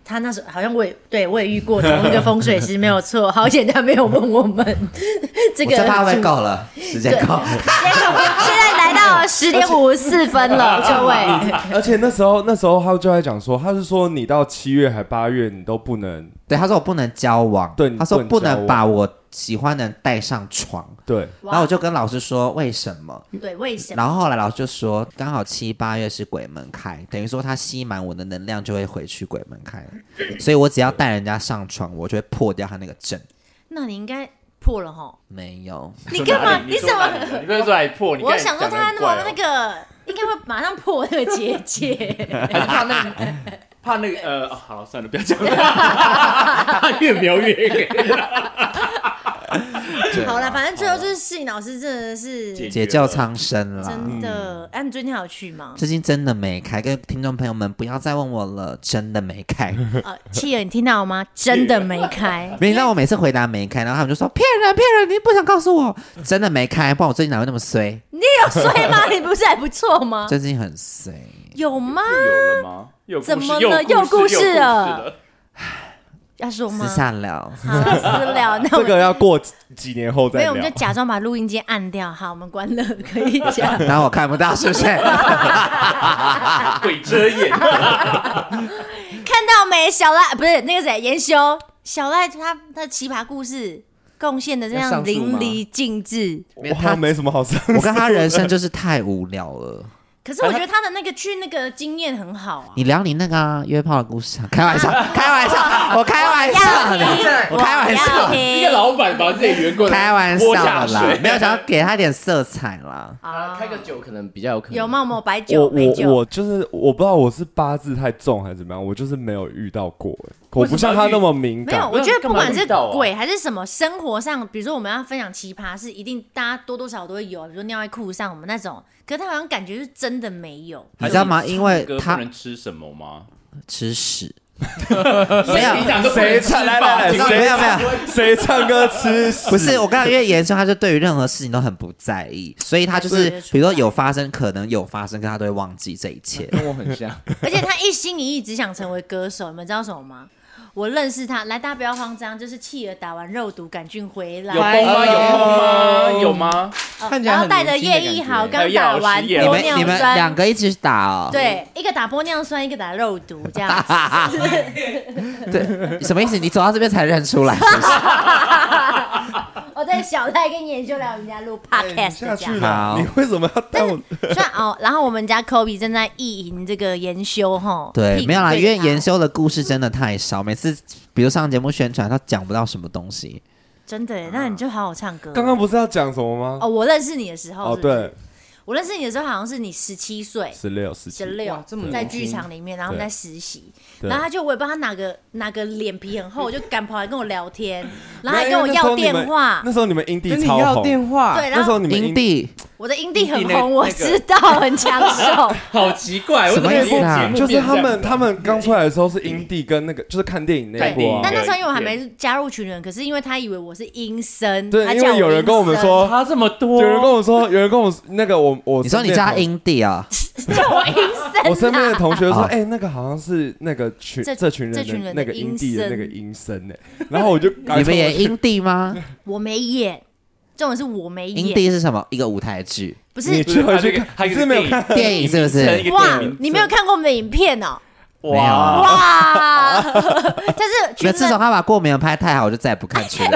Speaker 4: 他那时候好像我也对我也遇过同一个风水师，没有错。好险他没有问我们这
Speaker 5: 我
Speaker 4: 个。
Speaker 5: 这怕会不会够了，时间够。
Speaker 9: 现在来到十点五十四分了，各位。
Speaker 1: 而且那时候，那时候他就在讲说，他是说你到七月还八月，你都不能
Speaker 5: 对，他说我不能交往，
Speaker 1: 对你
Speaker 5: 他说不
Speaker 1: 不能
Speaker 5: 能把我喜欢的人带上床。
Speaker 1: 对。
Speaker 4: 哇
Speaker 5: 然后我就跟老师说为什么？
Speaker 4: 对，为什么？
Speaker 5: 然后后来老师就说，刚好七八月是鬼门开，等于说他吸满我的能量就会回去鬼门 开，所以我只要带人家上床，我就会破掉他那个阵。
Speaker 4: 那你应该破了哈。
Speaker 5: 没有，
Speaker 4: 你干嘛？你怎么？
Speaker 3: 你不要说来破，你
Speaker 4: 我想说他
Speaker 3: 哦
Speaker 4: 那么那个，应该会马上破那个结界。
Speaker 3: 还是怕那个怕那个呃，哦好了，算了，不要讲了，他 越描越黑。
Speaker 5: 对
Speaker 4: 好了，反正最后就是摄影老师真的是
Speaker 3: 解
Speaker 5: 解救苍生啦。
Speaker 4: 真的。哎，你最近还有去吗？
Speaker 5: 最近真的没开，跟听众朋友们不要再问我了，真的没开。
Speaker 4: 呃，契儿，你听到吗？真的没开。
Speaker 5: 没让我每次回答没开，然后他们就说骗人骗人，你不想告诉我真的没开，不然我最近哪会那么衰？
Speaker 4: 你有睡吗？你不是还不错吗？
Speaker 5: 最近很衰，
Speaker 4: 有吗？
Speaker 3: 又有了吗？又有故事
Speaker 4: 怎么了
Speaker 3: 又有故
Speaker 4: 又有故事了
Speaker 3: 事又有故事了。
Speaker 4: 要说吗
Speaker 5: 私？下聊。
Speaker 4: 好，私聊。
Speaker 1: 这
Speaker 4: 那我们
Speaker 1: 个要过几年后再
Speaker 4: 没有，
Speaker 1: 聊。
Speaker 4: 我们就假装把录音机按掉。好，我们关了，可以讲。
Speaker 5: 然后我看不到，是 不是？
Speaker 3: 鬼遮眼，
Speaker 4: 看到没，小赖不是那个谁，研修小赖他他的奇葩故事贡献的这
Speaker 8: 要
Speaker 4: 样
Speaker 8: 上诉
Speaker 4: 淋
Speaker 8: 吗
Speaker 4: 漓尽致。
Speaker 1: 我好像没什么好上。
Speaker 5: 我跟他人生就是太无聊了。
Speaker 4: 可是我觉得他的那个去那个经验很好啊。
Speaker 5: 你聊你那个、啊、约炮的故事啊？开 玩笑，开玩笑，我开玩笑的，我开玩
Speaker 4: 要
Speaker 5: 笑，
Speaker 3: 一个
Speaker 4: 听
Speaker 3: 老板把自己的员工
Speaker 5: 开玩
Speaker 3: 泼
Speaker 5: 笑
Speaker 3: 下
Speaker 5: 的啦
Speaker 3: 水，，
Speaker 5: 没有想要给他一点色彩啦。
Speaker 8: 啊开个酒可能比较有可能。
Speaker 4: 有吗？我们有白
Speaker 1: 我
Speaker 4: 酒、美
Speaker 1: 我
Speaker 4: 酒。
Speaker 1: 我就是我不知道我是八字太重还是怎么样，我就是没有遇到过、哎我不
Speaker 3: 为什么
Speaker 1: 像
Speaker 3: 要
Speaker 1: 他
Speaker 3: 遇
Speaker 1: 那么敏
Speaker 4: 没有，
Speaker 1: 感。
Speaker 4: 我觉得不管
Speaker 3: 干嘛
Speaker 4: 是
Speaker 3: 遇到啊
Speaker 4: 鬼还是什么，生活上，比如说我们要分享奇葩事，一定大家多多少少都会有，比如说尿在裤上，我们那种。可是他好像感觉是真的没有，
Speaker 5: 你知道吗？
Speaker 3: 还是
Speaker 5: 因为
Speaker 3: 哥不
Speaker 5: 他
Speaker 3: 能吃什么吗？
Speaker 5: 吃 屎，没有
Speaker 3: 你俩都不能
Speaker 1: 谁
Speaker 3: 吃吧
Speaker 1: 唱？来来来，
Speaker 3: 请问
Speaker 5: 没
Speaker 1: 谁
Speaker 5: 有没有，
Speaker 1: 谁唱歌吃屎？
Speaker 5: 不是我刚刚因为延伸，他就对于任何事情都很不在意，所以他就是
Speaker 4: 对
Speaker 5: 比如说有发生，可能有发生，可他都会忘记这一切。
Speaker 8: 跟我很像，
Speaker 4: 而且他一心一意只想成为歌手，你们知道什么吗？我认识他，来，大家不要慌张，就是企鹅打完肉毒杆菌回来，
Speaker 3: 有梦吗？有梦吗？有吗？
Speaker 4: 呃
Speaker 8: 看起来
Speaker 4: 然后
Speaker 8: 很
Speaker 4: 带着
Speaker 8: 年轻的
Speaker 4: 叶一
Speaker 8: 感觉
Speaker 4: 豪
Speaker 3: 还
Speaker 4: 刚
Speaker 3: 有叶
Speaker 4: 打
Speaker 3: 老师
Speaker 4: 完
Speaker 3: 叶
Speaker 5: 你
Speaker 3: 老
Speaker 4: 玻
Speaker 5: 们你
Speaker 3: 师
Speaker 4: 尿
Speaker 5: 们两
Speaker 4: 酸，
Speaker 5: 个一起打哦？
Speaker 4: 对，一个打玻尿酸，一个打肉毒，这样子
Speaker 5: 对，什么意思？你走到这边才认出来，是不是
Speaker 4: 我在小赖跟研究来我们家录
Speaker 5: 哎
Speaker 4: podcast
Speaker 1: 下
Speaker 4: 的这样
Speaker 1: 去了，
Speaker 5: 好
Speaker 1: 你为什么要带我？
Speaker 4: 虽然哦，然后我们家 Kobe 正在意淫这个研修哈，屁
Speaker 5: 对，
Speaker 4: 股
Speaker 5: 没有啦，因为
Speaker 4: 对
Speaker 5: 研修的故事真的太少，每次比如上节目宣传，他讲不到什么东西。
Speaker 4: 真的耶，那你就好好唱歌。
Speaker 1: 刚刚不是要讲什么吗？
Speaker 4: 哦，我认识你的时候，
Speaker 1: 哦，，对，
Speaker 4: 我认识你的时候好像是你十七岁，
Speaker 1: 十六十七
Speaker 4: 十，六
Speaker 8: 哇这么，年轻
Speaker 4: 在剧场里面，然后我们
Speaker 1: 对
Speaker 4: 在实习，
Speaker 1: 对
Speaker 4: 然后他就我也不知道他哪个哪个脸皮 很厚，就敢跑来跟我聊天，然后还
Speaker 1: 没
Speaker 4: 跟
Speaker 1: 有
Speaker 4: 我
Speaker 1: 因为那时
Speaker 4: 要
Speaker 1: 候你们
Speaker 4: 电话，
Speaker 1: 那时候你们音
Speaker 8: 跟
Speaker 1: 地
Speaker 8: 你
Speaker 1: 超
Speaker 8: 要
Speaker 1: 红，
Speaker 8: 电话，
Speaker 4: 啊对，然
Speaker 1: 那时候
Speaker 4: 后
Speaker 1: 你们
Speaker 5: 营地
Speaker 4: 我的阴蒂很
Speaker 3: 阴蒂那
Speaker 4: 红，我
Speaker 3: 那个
Speaker 4: 知道，很抢 手。
Speaker 3: 好奇
Speaker 1: 哎
Speaker 3: 怪，我
Speaker 5: 什
Speaker 3: 怎
Speaker 5: 么
Speaker 3: 么
Speaker 5: 意
Speaker 3: 有
Speaker 5: 思
Speaker 3: 节
Speaker 5: 啊
Speaker 3: 目
Speaker 1: 就是
Speaker 3: 变
Speaker 1: 他
Speaker 3: 这样
Speaker 1: 们
Speaker 3: 子
Speaker 1: 他们刚出来的时候是阴蒂跟那个就是看电影那一波
Speaker 4: 但
Speaker 1: 啊，
Speaker 4: 那时候因为我还没加入群人，可是因为他以为我是阴森，
Speaker 1: 对
Speaker 4: 他，
Speaker 1: 因
Speaker 4: 叫
Speaker 1: 为有人跟我们
Speaker 4: 阴森，
Speaker 1: 说，
Speaker 3: 差这么多，
Speaker 1: 有人跟我说，有人跟我那个我我
Speaker 5: 你说你
Speaker 1: 身边的
Speaker 5: 家
Speaker 1: 同
Speaker 5: 阴蒂啊？
Speaker 4: 叫我阴森、啊。
Speaker 1: 我身边的同学说
Speaker 5: 啊：“
Speaker 1: 哎、那个好像是那个群
Speaker 4: 这
Speaker 1: 这群人
Speaker 4: 这群
Speaker 1: 的
Speaker 4: 人
Speaker 1: 那
Speaker 4: 的
Speaker 1: 个
Speaker 4: 音
Speaker 1: 阴地的那
Speaker 4: 声
Speaker 1: 个音声呢。”然后我就
Speaker 5: 你们也阴 蒂吗？
Speaker 4: 我没演，重点是我没
Speaker 5: 阴
Speaker 4: 演，
Speaker 5: 蒂是什么？一个舞台剧、
Speaker 4: 不
Speaker 1: 你
Speaker 4: 是
Speaker 1: 去回去
Speaker 3: 他这个
Speaker 1: 看，
Speaker 3: 他
Speaker 1: 你是
Speaker 3: 这个
Speaker 1: 没有
Speaker 3: 电
Speaker 1: 看
Speaker 3: 影
Speaker 5: 电影是不是？
Speaker 4: 哇，你没有看过我们的影片哦、
Speaker 5: 没有啊
Speaker 3: 哇，
Speaker 4: 哇！ 但是
Speaker 5: 那
Speaker 4: 群
Speaker 5: 自从
Speaker 4: 人
Speaker 5: 他把过敏拍太好，我就再也不看剧 了。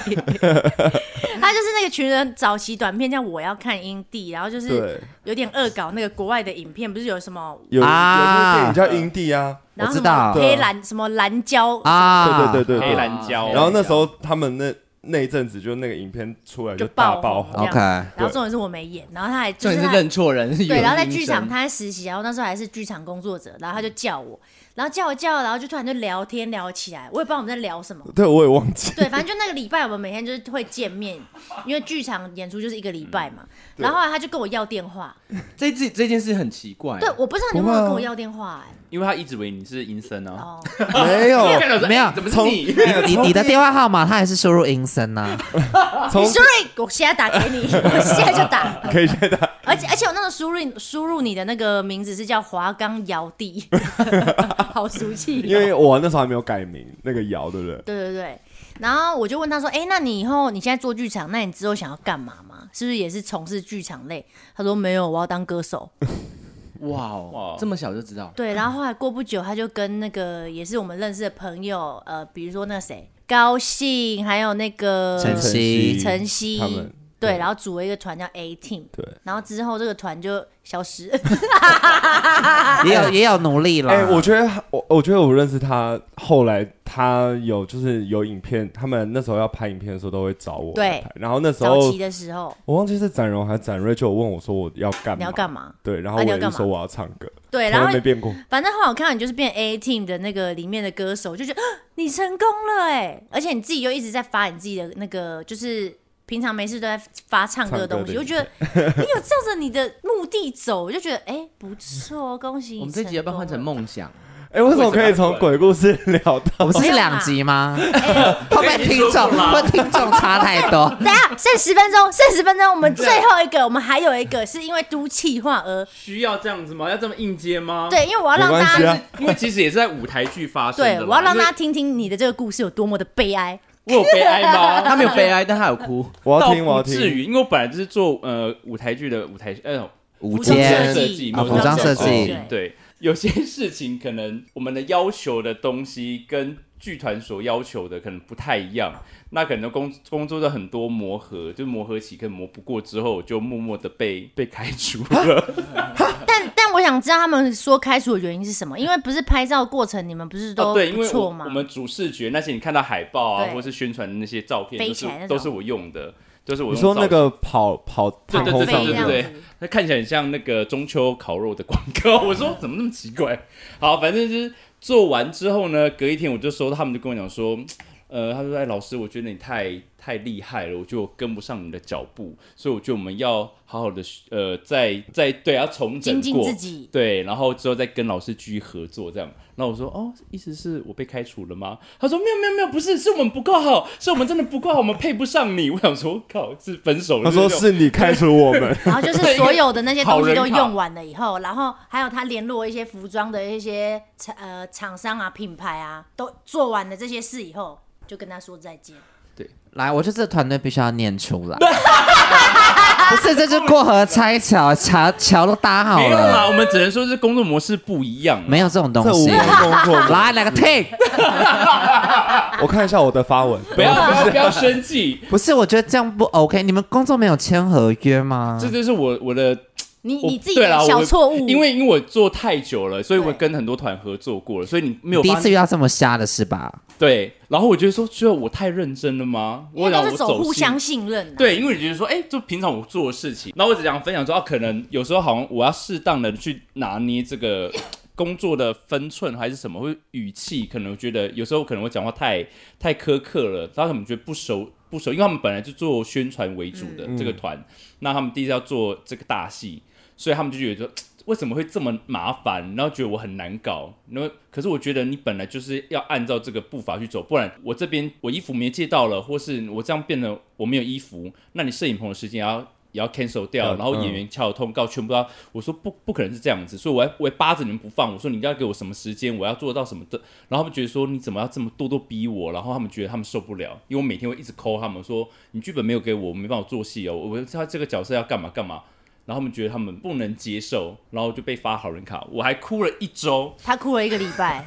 Speaker 4: 对，他就是那个群人早期短片叫我要看阴蒂，然后就是
Speaker 1: 对，
Speaker 4: 有点恶搞那个国外的影片，不是有什么，
Speaker 1: 有有部
Speaker 5: 啊
Speaker 1: 电影叫《阴地》啊，
Speaker 4: 然后
Speaker 5: 我
Speaker 4: 什
Speaker 5: 知
Speaker 4: 么
Speaker 5: 道
Speaker 4: 黑蓝什么蓝胶
Speaker 5: 啊，
Speaker 1: 对对对对
Speaker 3: 黑
Speaker 1: 对。
Speaker 3: 蓝胶，
Speaker 1: 然后那时候他们那那一阵子就那个影片出来
Speaker 4: 就
Speaker 1: 大
Speaker 4: 爆
Speaker 1: 爆
Speaker 4: 红
Speaker 1: 红，
Speaker 4: 这样
Speaker 5: OK，
Speaker 4: 然后重点是我没演，然后他还就
Speaker 8: 重
Speaker 4: 是
Speaker 8: 点是
Speaker 4: 他
Speaker 8: 认错人，是
Speaker 4: 对，
Speaker 8: 有
Speaker 4: 然后在
Speaker 8: 阴
Speaker 4: 剧场
Speaker 8: 森
Speaker 4: 他在实习，然后那时候还是剧场工作者，然后他就叫我，然后叫我叫我，然后就突然就聊天聊起来，我也不知道我们在聊什么。
Speaker 1: 对我也忘记。
Speaker 4: 对，反正就那个礼拜，我们每天就是会见面，因为剧场演出就是一个礼拜嘛。然后后来他就跟我要电话，
Speaker 8: 这这这件事很奇怪，
Speaker 4: 对，我不知道你有没
Speaker 1: 不会啊
Speaker 4: 有跟我要电话哎、
Speaker 3: 因为他一直以为你是阴森啊，
Speaker 4: 哦，
Speaker 1: 没有，
Speaker 5: 没有
Speaker 3: 哎怎么是你？
Speaker 5: 你你的电话号码他还是输入啊阴森呐，
Speaker 1: 从
Speaker 4: Sorry，我现在打 给你，我现在就打。
Speaker 1: 可以觉得
Speaker 4: 而且而且我那个输入输入你的那个名字是叫华冈尧帝， 好俗气、哦。
Speaker 1: 因为我那时候还没有改名，那个姚对不对？
Speaker 4: 对对对，然后我就问他说：“哎、那你以后你现在做剧场，那你之后想要干嘛吗？是不是也是从事剧场类？”他说：“没有，我要当歌手。
Speaker 8: 哇哦
Speaker 3: 哇，
Speaker 8: 这么小就知道”，
Speaker 4: 对，然后后来过不久，他就跟那个也是我们认识的朋友，呃，比如说那谁高兴，还有那个
Speaker 5: 晨曦
Speaker 4: 晨呃曦
Speaker 1: 他们
Speaker 4: 对，然后组了一个团叫 A Team，
Speaker 1: 对。
Speaker 4: 然后之后这个团就消失。啊
Speaker 5: 也有也有努力了。
Speaker 1: 哎、我觉得我我觉得我认识他，后来他有就是有影片，他们那时候要拍影片的时候都会找我
Speaker 4: 对
Speaker 1: 来拍，然后那时
Speaker 4: 早
Speaker 1: 候
Speaker 4: 期的时候
Speaker 1: 我忘记是展荣还是展瑞，就有问我说我要干嘛？
Speaker 4: 你要干？嘛？
Speaker 1: 对，然后
Speaker 4: 啊
Speaker 1: 我
Speaker 4: 你要
Speaker 1: 也是
Speaker 4: 干嘛
Speaker 1: 说我要唱歌，
Speaker 4: 对，
Speaker 1: 从
Speaker 4: 然
Speaker 1: 来
Speaker 4: 后
Speaker 1: 没变 过。
Speaker 4: 反正后来我看到你就是变 A Team 的那个里面的歌手，就觉得啊你成功了哎，而且你自己又一直在发你自己的那个，就是平常没事都在发唱歌的东
Speaker 1: 唱歌
Speaker 4: 西，
Speaker 1: 的
Speaker 4: 我觉得你有照着你的目的走，我就觉得哎、不错，恭喜你。
Speaker 8: 我们这集要不要换成？梦想？
Speaker 1: 哎、为什么可以从鬼故事聊
Speaker 5: 我
Speaker 1: 到？
Speaker 5: 们是两集吗？
Speaker 4: 哎
Speaker 5: 会不会听众会不会听众差太多？
Speaker 4: 等一下剩十分钟，剩十分钟，我 们
Speaker 8: 啊
Speaker 4: 最后一个，我们还有一个是因为都气化而
Speaker 3: 需要这样子吗？要这么应接吗？，
Speaker 4: 对，因为我要让
Speaker 1: 没
Speaker 4: 大
Speaker 1: 关系
Speaker 4: 家、
Speaker 1: 啊
Speaker 3: 因为其实也是在舞台剧发生的
Speaker 4: 对
Speaker 3: 啦。
Speaker 4: 我要让大家
Speaker 3: 家，
Speaker 4: 听听你的这个故事有多么的悲 哀。
Speaker 3: 我有悲哀 吗？
Speaker 8: 他没有悲哀，但他有哭。
Speaker 1: 我要
Speaker 3: 倒
Speaker 1: 听，我要
Speaker 3: 不至
Speaker 1: 听。
Speaker 3: 于，因为我本来就是做呃舞台剧的舞台呃
Speaker 5: 午
Speaker 4: 服装
Speaker 5: 间
Speaker 4: 设计
Speaker 5: 啊
Speaker 3: 服
Speaker 5: 服装设计
Speaker 3: 对，有些事情可能我们的要求的东西跟剧团所要求的可能不太一样，那可能工工作的很多磨合，就磨合期可能磨不过之后，就默默的被 被开除了。
Speaker 4: 但但我想知道他们说开除的原因是什么？因为不是拍照过程你们不是都
Speaker 3: 哦，对，因
Speaker 4: 不
Speaker 3: 为我
Speaker 4: 错吗？
Speaker 3: 我们主视觉那些你看到海报啊，
Speaker 4: 对
Speaker 3: 或是宣传的那些照片，
Speaker 4: 飞
Speaker 3: 都
Speaker 4: 起来那
Speaker 3: 是
Speaker 4: 种
Speaker 3: 都是我用的，就是我
Speaker 1: 你
Speaker 3: 用
Speaker 1: 说那
Speaker 3: 照片。
Speaker 1: 个跑跑
Speaker 3: 对
Speaker 1: 太
Speaker 3: 对
Speaker 1: 空
Speaker 3: 对
Speaker 1: 上
Speaker 3: 对
Speaker 1: 的
Speaker 3: 对
Speaker 1: 那
Speaker 4: 飞
Speaker 1: 个
Speaker 4: 这
Speaker 3: 对
Speaker 4: 样子，
Speaker 3: 那看起来很像那个中秋烤肉的广告。 我说怎么那么奇怪？好，反正就是做完之后呢，隔一天我就收到他们就跟我讲说，呃，他说哎老师，我觉得你太太厉害了，我觉得我跟不上你的脚步，所以我觉得我们要好好的呃，再再对要重整
Speaker 4: 精
Speaker 3: 过
Speaker 4: 进自己。
Speaker 3: 对，然后之后再跟老师继续合作这样。然后我说哦，意思是我被开除了吗？他说没有没有没有，不是，是我们不够好，是我们真的不够好，我们配不上你。我 想说靠，是分手？
Speaker 1: 他说
Speaker 3: 这种
Speaker 1: 是你开除我 们，
Speaker 4: 然后就是所有的那些东西都
Speaker 3: 好人卡
Speaker 4: 用完了以后，然后还有他联络一些服装的一些厂呃厂商啊、品牌啊，都做完了这些事以后，就跟他说再见。
Speaker 5: 来，我觉得这个团队必须要念出 来。不是，这就过河拆桥，桥桥都搭好
Speaker 3: 没有啦，
Speaker 5: 了，
Speaker 3: 我们只能说是工作模式不一样。
Speaker 5: 没有这种东
Speaker 1: 这无
Speaker 5: 西。
Speaker 1: 关工作 吗。
Speaker 5: 来，来个 take。
Speaker 1: 我看一下我的发文，哦
Speaker 3: 不要不要不要 生气，
Speaker 5: 不是，我觉得这样不 OK。你们工作没有签合约吗？
Speaker 3: 这就是我我的
Speaker 4: 你
Speaker 3: 我
Speaker 4: 你自己
Speaker 3: 哦对
Speaker 4: 的
Speaker 3: 啦
Speaker 4: 小
Speaker 3: 我
Speaker 4: 错误，
Speaker 3: 因为因为我做太久了，所以我
Speaker 4: 对
Speaker 3: 跟很多团合作过了，所以你没有
Speaker 5: 第一
Speaker 3: 发
Speaker 5: 次
Speaker 3: 现
Speaker 5: 遇到这么瞎的是吧？
Speaker 3: 对。然后我觉得说，只有我太认真了吗？
Speaker 4: 因
Speaker 3: 我
Speaker 4: 为
Speaker 3: 想
Speaker 4: 都
Speaker 3: 我
Speaker 4: 是走互
Speaker 3: 心
Speaker 4: 相信任、啊。
Speaker 3: 对，因为你觉得说，哎、就平常我做的事情，那我只想分享说，啊，可能有时候好像我要适当的去拿捏这个工作的分寸还是什么，或者语气，可能我觉得有时候可能我讲话太太苛刻了，他可能觉得不熟不熟，因为他们本来就做宣传为主的、这个团，那他们第一次要做这个大戏，所以他们就觉得说嘖为什么会这么麻烦，然后觉得我很难搞。然后可是我觉得你本来就是要按照这个步伐去走，不然我这边我衣服没借到了，或是我这样变得我没有衣服，那你摄影棚的时间也要也要 cancel
Speaker 5: 嗯
Speaker 3: 掉，然后演员敲通告全部都要。我说不不可能是这样子，所以我还我还扒着你们不放。我说你要给我什么时间，我要做到什么的。然后他们觉得说你怎么要这么咄咄逼我，然后他们觉得他们受不了，因为我每天会一直 call 他们说你剧本没有给我，我没办法做戏哦，我我他这个角色要干嘛干嘛。然后他们觉得他们不能接受，然后就被发好人卡，我还哭了一周。
Speaker 4: 他哭了一个礼拜，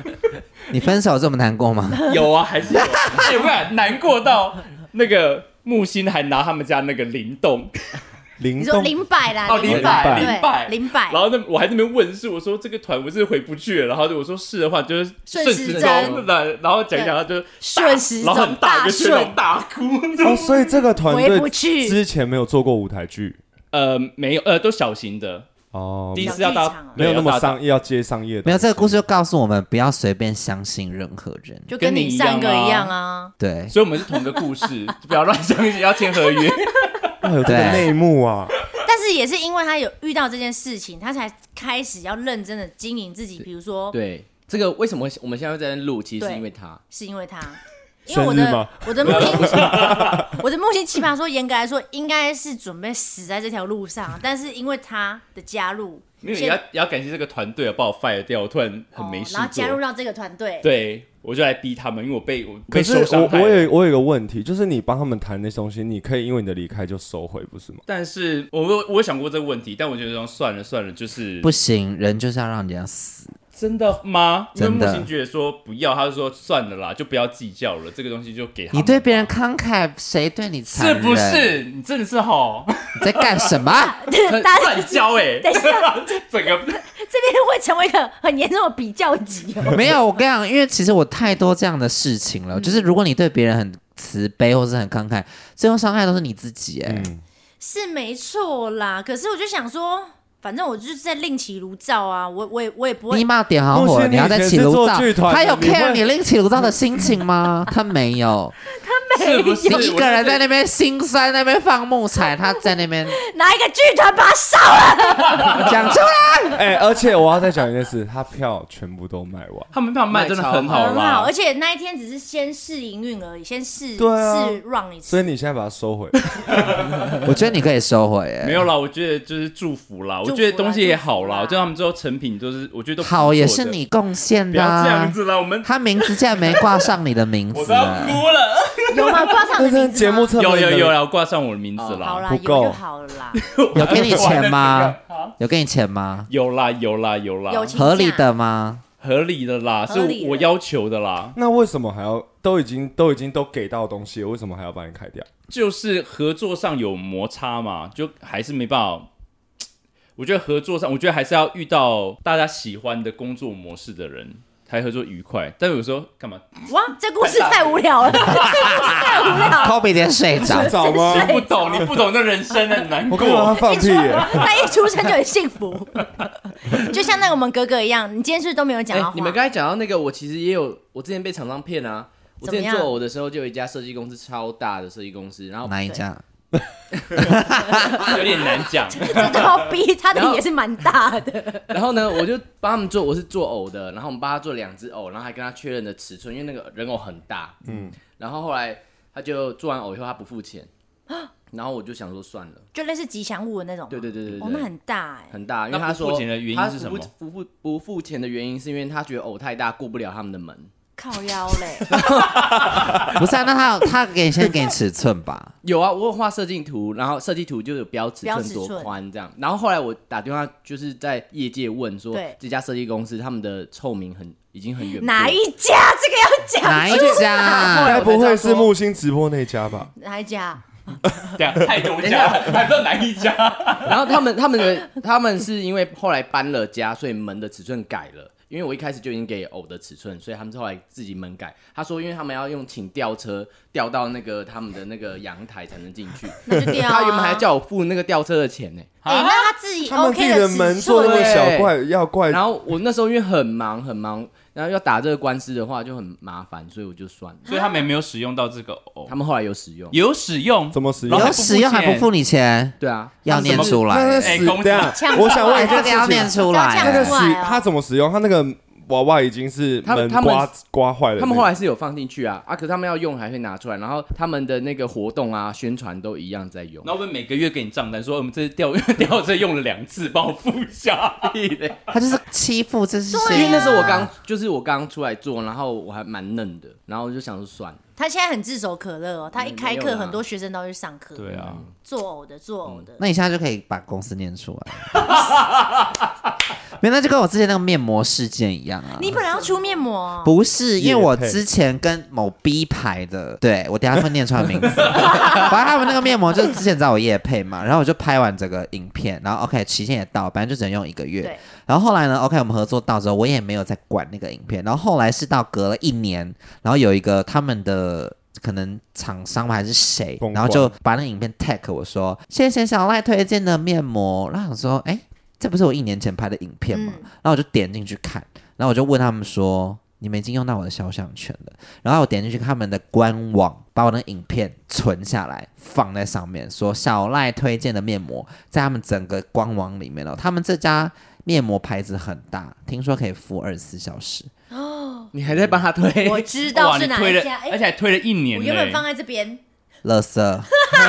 Speaker 5: 你分手这么难过吗？
Speaker 3: 有啊，还是有。哎、不然难过到那个木星还拿他们家那个灵动，
Speaker 4: 哎
Speaker 1: 灵
Speaker 4: 你说
Speaker 1: 动
Speaker 4: 零百啦，
Speaker 3: 哦
Speaker 4: 零
Speaker 1: 零百
Speaker 3: 零百
Speaker 4: 对，零百
Speaker 3: 然，后那我还在那边问是我说这个团我是回不去了，然后我说是的话就是
Speaker 4: 顺时
Speaker 3: 时
Speaker 4: 针
Speaker 3: 钟的，然后讲一讲他就大
Speaker 4: 顺时
Speaker 3: 然后
Speaker 4: 钟
Speaker 3: 很大一
Speaker 4: 大
Speaker 3: 个圈
Speaker 4: 顺
Speaker 3: 然后，大哭。
Speaker 1: 哦，所以这个团
Speaker 4: 回不
Speaker 1: 队
Speaker 4: 去。
Speaker 1: 之前没有做过舞台剧
Speaker 3: 呃，没有，呃，都小型的，
Speaker 1: 哦
Speaker 3: 第，一次要
Speaker 4: 小剧场
Speaker 3: 到
Speaker 4: 啊
Speaker 1: 没有那么
Speaker 3: 伤，
Speaker 1: 商要接商业的，
Speaker 5: 没有，这个故事就告诉我们不要随便相信任何人。
Speaker 4: 就跟你上个一样啊，
Speaker 5: 对，
Speaker 3: 所以我们是同一个故事， 就不要乱相信，要签 合约。
Speaker 1: 哇哎有这个
Speaker 5: 对
Speaker 1: 内幕啊，
Speaker 4: 但是也是因为他有遇到这件事情，他才开始要认真的经营自己。比如说，
Speaker 8: 对，这个为什么我们现在会在那录，其实是
Speaker 4: 对
Speaker 8: 因为 他。
Speaker 4: 是因为他，因
Speaker 1: 生
Speaker 4: 为我
Speaker 1: 日吗
Speaker 4: 的我的木星，我的木星奇葩说，严格来说应该是准备死在这条路上，但是因为他的加入，
Speaker 3: 没有，
Speaker 4: 现
Speaker 3: 也要也要感谢这个团队把我 fire 掉，我突然很没
Speaker 4: 哦
Speaker 3: 事
Speaker 4: 然后加入
Speaker 3: 做。
Speaker 4: 到这个团队，
Speaker 3: 对，我就来逼他们，因为我被我
Speaker 1: 可
Speaker 3: 被
Speaker 1: 是
Speaker 3: 受
Speaker 1: 我
Speaker 3: 伤害
Speaker 1: 我
Speaker 3: 了。
Speaker 1: 有我有一个问题，就是你帮他们谈那些东西，你可以因为你的离开就收回，不是吗？
Speaker 3: 但是我我我有想过这个问题，但我觉得算了算了，就是
Speaker 5: 不行，人就是要让人家死。
Speaker 3: 真的吗？因为
Speaker 5: 真
Speaker 3: 木
Speaker 5: 的
Speaker 3: 星觉得说不要，他就说算了啦，就不要计较了，这个东西就给他们
Speaker 5: 你对别人慷慨，谁对你残
Speaker 3: 是
Speaker 5: 忍？
Speaker 3: 不？是？你真的是吼
Speaker 5: 你在干什么？
Speaker 3: 很
Speaker 4: 大家
Speaker 3: 乱交 哎、
Speaker 4: 等一
Speaker 3: 欸，整个
Speaker 4: 这边会成为一个很严重的比较级哦。
Speaker 5: 没有，我跟你讲，因为其实我太多这样的事情了。就是如果你对别人很慈悲或是很慷慨，最后伤害都是你自己、哎、
Speaker 1: 嗯，
Speaker 4: 是没错啦，可是我就想说，反正我就是在另起炉灶啊，我我也我也不
Speaker 5: 你
Speaker 4: 会，
Speaker 5: 骂点好火，
Speaker 1: 不是
Speaker 5: 要再
Speaker 1: 你以前
Speaker 5: 起
Speaker 1: 是
Speaker 5: 炉
Speaker 1: 做
Speaker 5: 灶
Speaker 1: 剧，团的
Speaker 5: 他有
Speaker 1: 你会
Speaker 5: care 你另起炉灶的心情吗？他没有，
Speaker 3: 是不是？
Speaker 5: 你一个人在那边心酸，那边放木材，他在那边
Speaker 4: 哪一个剧团把它烧了？
Speaker 5: 讲出来。
Speaker 1: 哎，而且我要再讲一件事，他票全部都卖完，
Speaker 3: 他们票卖真的很好
Speaker 4: 很好，
Speaker 3: 啦
Speaker 4: 而，且那一天只是先试营运而已，先试
Speaker 1: 对啊
Speaker 4: 试让你吃
Speaker 1: 所以你现在把它收 回，
Speaker 5: 我觉得你可以收回、哎，
Speaker 3: 没有啦，我觉得就是祝福啦，
Speaker 4: 福啦
Speaker 3: 我觉得东西也好啦，
Speaker 4: 祝福啦
Speaker 3: 我知道他们之后成品都是，我觉得都不错
Speaker 5: 好
Speaker 3: 的
Speaker 5: 也是，你贡献
Speaker 3: 不
Speaker 5: 的、
Speaker 3: 要这样
Speaker 5: 啊。
Speaker 3: 子啦，我们
Speaker 5: 他名字竟然没挂上你的名
Speaker 3: 我
Speaker 5: 字、
Speaker 3: 都要
Speaker 5: 哎
Speaker 3: 哭了，
Speaker 4: 有吗？挂上
Speaker 1: 但
Speaker 4: 你的
Speaker 1: 是
Speaker 4: 名字啊
Speaker 1: 节目
Speaker 4: 吗
Speaker 1: 侧面
Speaker 3: 有
Speaker 1: 的
Speaker 3: 有有啦，我挂上我的名字
Speaker 4: 哦好
Speaker 3: 啦，
Speaker 4: 啦，
Speaker 1: 不
Speaker 4: 有
Speaker 1: 够
Speaker 4: 就好了啦，
Speaker 5: 有给你钱吗？有给你钱吗？
Speaker 3: 有啦有啦有
Speaker 4: 有
Speaker 3: 啦，
Speaker 4: 请
Speaker 5: 合理
Speaker 4: 假。
Speaker 5: 的吗？
Speaker 3: 合理的啦，是
Speaker 4: 合理的
Speaker 3: 我要求的啦，
Speaker 1: 那为什么还要都已经都已经都给到东西了，为什么还要把你开 掉？
Speaker 3: 就是合作上有摩擦嘛，就还是没办法。我觉得合作上，我觉得还是要遇到大家喜欢的工作模式的人才合作愉快。但有时候干嘛
Speaker 4: 哇，这故事太无聊了，这故 事太无聊了。
Speaker 5: 抠鼻点睡着，
Speaker 1: 找吗？
Speaker 4: 哎
Speaker 3: 不懂，你不懂这人生很 难
Speaker 1: 我看到他
Speaker 3: 过。
Speaker 1: 放屁耶！
Speaker 4: 他一出生就很幸福， 就像那个我们格格一样，你今天是不是都没有讲
Speaker 8: 哎
Speaker 4: 到话？
Speaker 8: 你们刚才讲到那个，我其实也有，我之前被厂商骗啊。我之
Speaker 4: 怎么
Speaker 8: 前
Speaker 4: 样
Speaker 8: 做偶的时候，就有一家设计公司，超大的设计公司，然后
Speaker 5: 哪一家？
Speaker 3: 有点难讲。
Speaker 4: 这都要逼他
Speaker 8: 然
Speaker 4: 的
Speaker 8: 后
Speaker 4: 也是蛮大的。
Speaker 8: 然后呢，我就帮他们做，我是做偶的，然后我们帮他做两只偶，然后还跟他确认的尺寸，因为那个人偶很大，嗯，然后后来他就做完偶以后他不付 钱，然后我就想说算了，
Speaker 4: 就类似吉祥物的那种吗。
Speaker 8: 对对对对
Speaker 4: 哦
Speaker 8: 对，，
Speaker 4: 那很大哎、
Speaker 8: 很大，因为
Speaker 3: 那
Speaker 8: 他
Speaker 3: 不付
Speaker 8: 说
Speaker 3: 钱的原因
Speaker 8: 他
Speaker 3: 是什
Speaker 8: 不
Speaker 3: 么
Speaker 8: 不付不付钱的原因是因为他觉得偶太大过不了他们的门，
Speaker 4: 靠腰嘞，
Speaker 5: 不是、啊，那他他给你先给你尺寸 吧。
Speaker 8: 有啊，我有画设计图，然后设计图就有标尺
Speaker 4: 标
Speaker 8: 寸
Speaker 4: 尺
Speaker 8: 多
Speaker 4: 寸
Speaker 8: 宽这样。然后后来我打电话就是在业界问说
Speaker 4: 对，
Speaker 8: 这家设计公司他们的臭名很已经很远播。
Speaker 4: 哪一家？这个要
Speaker 5: 哪
Speaker 4: 讲
Speaker 5: 一
Speaker 4: 出
Speaker 5: 家？
Speaker 1: 该不会是木星直播那家吧？
Speaker 4: 哪一家？
Speaker 3: 对啊，太多家了，还不知道哪一家。
Speaker 8: 然后他们他们的他们是因为后来搬了家，所以门的尺寸改了。因为我一开始就已经给偶的尺寸，所以他们是后来自己门改。他说，因为他们要用请吊车吊到那个他们的那个阳台才能进去。
Speaker 4: 那就掉、啊。
Speaker 8: 他原本还叫我付那个吊车的钱呢、
Speaker 4: 哎、那他自己
Speaker 1: 他们自
Speaker 4: OK
Speaker 1: 己
Speaker 4: 的
Speaker 1: 的
Speaker 4: 尺
Speaker 1: 门做
Speaker 4: 寸
Speaker 1: 那
Speaker 4: 欸
Speaker 5: 哎
Speaker 1: 个小怪要怪，
Speaker 8: 然后我那时候因为很忙很忙，然后要打这个官司的话就很麻烦，所以我就算了。
Speaker 3: 所以他们也没有使用到这个偶
Speaker 8: 他，们后来有使用，
Speaker 3: 有使用，
Speaker 1: 怎么使
Speaker 3: 然
Speaker 1: 用
Speaker 3: 后？
Speaker 5: 有使用还不付你钱，
Speaker 8: 对啊，
Speaker 5: 要念出
Speaker 1: 那
Speaker 5: 来
Speaker 1: 那，
Speaker 3: 哎
Speaker 1: 使
Speaker 3: 公司
Speaker 1: 对啊
Speaker 4: 呛，
Speaker 1: 我想问一
Speaker 5: 这
Speaker 1: 件
Speaker 5: 个要
Speaker 1: 事
Speaker 5: 念
Speaker 1: 情，
Speaker 5: 出
Speaker 1: 那个
Speaker 5: 来。啊
Speaker 1: 使
Speaker 4: 出来哦
Speaker 1: 他怎么使用？他那个娃娃已经是
Speaker 8: 他
Speaker 1: 门
Speaker 8: 他们
Speaker 1: 刮刮坏了那个，
Speaker 8: 他们后来是有放进去啊啊，可是他们要用还会拿出来，然后他们的那个活动啊、宣传都一样在用
Speaker 3: 然。后我们每个月给你账单，说我们这次 钓钓这用了两次，帮我付一下。
Speaker 5: 他就是欺负这
Speaker 4: 啊
Speaker 5: 是谁？
Speaker 8: 因为那时候我刚就是我刚出来做，然后我还蛮嫩的，然后我就想说算了，
Speaker 4: 他现在很炙手可热哦，他一开
Speaker 8: 没有
Speaker 4: 课
Speaker 8: 啦
Speaker 4: 很多学生都去上课，
Speaker 3: 对啊，
Speaker 4: 做偶的做偶的，
Speaker 5: 嗯那你现在就可以把公司念出来。 没有，那就跟我之前那个面膜事件一样啊。
Speaker 4: 你本来要出面膜哦，
Speaker 5: 不是，因为我
Speaker 1: 业配
Speaker 5: 之前跟某 B 牌的，对我等一下会念出 来名字。反正他们那个面膜就是之前找我夜配嘛，然后我就拍完整个影片，然后 OK 期限也到，反正就只能用一个月
Speaker 4: 嗯对。
Speaker 5: 然后后来呢，OK 我们合作到之后，我也没有再管那个影片。然后后来是到隔了一年，然后有一个他们的。可能厂商吧还是谁
Speaker 1: 公，关
Speaker 5: 然后就把那个影片 tag 我说谢谢小赖推荐的面膜，然后想说哎，这不是我一年前拍的影片吗？
Speaker 4: 嗯
Speaker 5: 然后我就点进去看，然后我就问他们说：“你们已经用到我的肖像权了。”然后我点进去他们的官网，把我的影片存下来放在上面，说小赖推荐的面膜在他们整个官网里面哦。他们这家面膜牌子很大，听说可以敷二十四小时。
Speaker 8: 你还在帮他推，
Speaker 4: 我知道
Speaker 3: 哇，
Speaker 4: 是
Speaker 3: 你
Speaker 4: 哪
Speaker 3: 推
Speaker 4: 一
Speaker 3: 了
Speaker 4: 家，，哎
Speaker 3: 而且还推了一年
Speaker 4: 我
Speaker 3: 呢。
Speaker 4: 原本放在这边，
Speaker 5: 垃圾，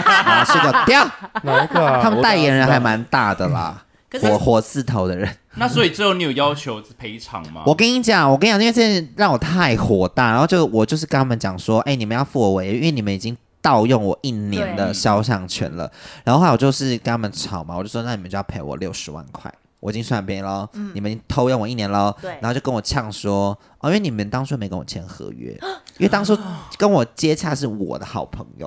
Speaker 5: 把它吃个 掉。
Speaker 1: 哪一个啊？
Speaker 5: 他们代言人还
Speaker 1: 我
Speaker 5: 蛮大的啦，
Speaker 4: 可是
Speaker 5: 火火字头的人。
Speaker 3: 那所以最后你有要求赔偿吗？
Speaker 5: 我跟你讲，我跟你讲，因为这件事让我太火大，然后就我就是跟他们讲说，哎、你们要付我违约，因为你们已经盗用我一年的肖像权了。然后后来我就是跟他们吵嘛，我就说那你们就要赔我六十万块。我已经算别人喽，
Speaker 1: 嗯
Speaker 5: 你们已经偷用我一年喽，
Speaker 4: 对
Speaker 5: 然后就跟我呛说，哦，因为你们当初没跟我签合约， 因为当初跟我接洽是我的好朋 友，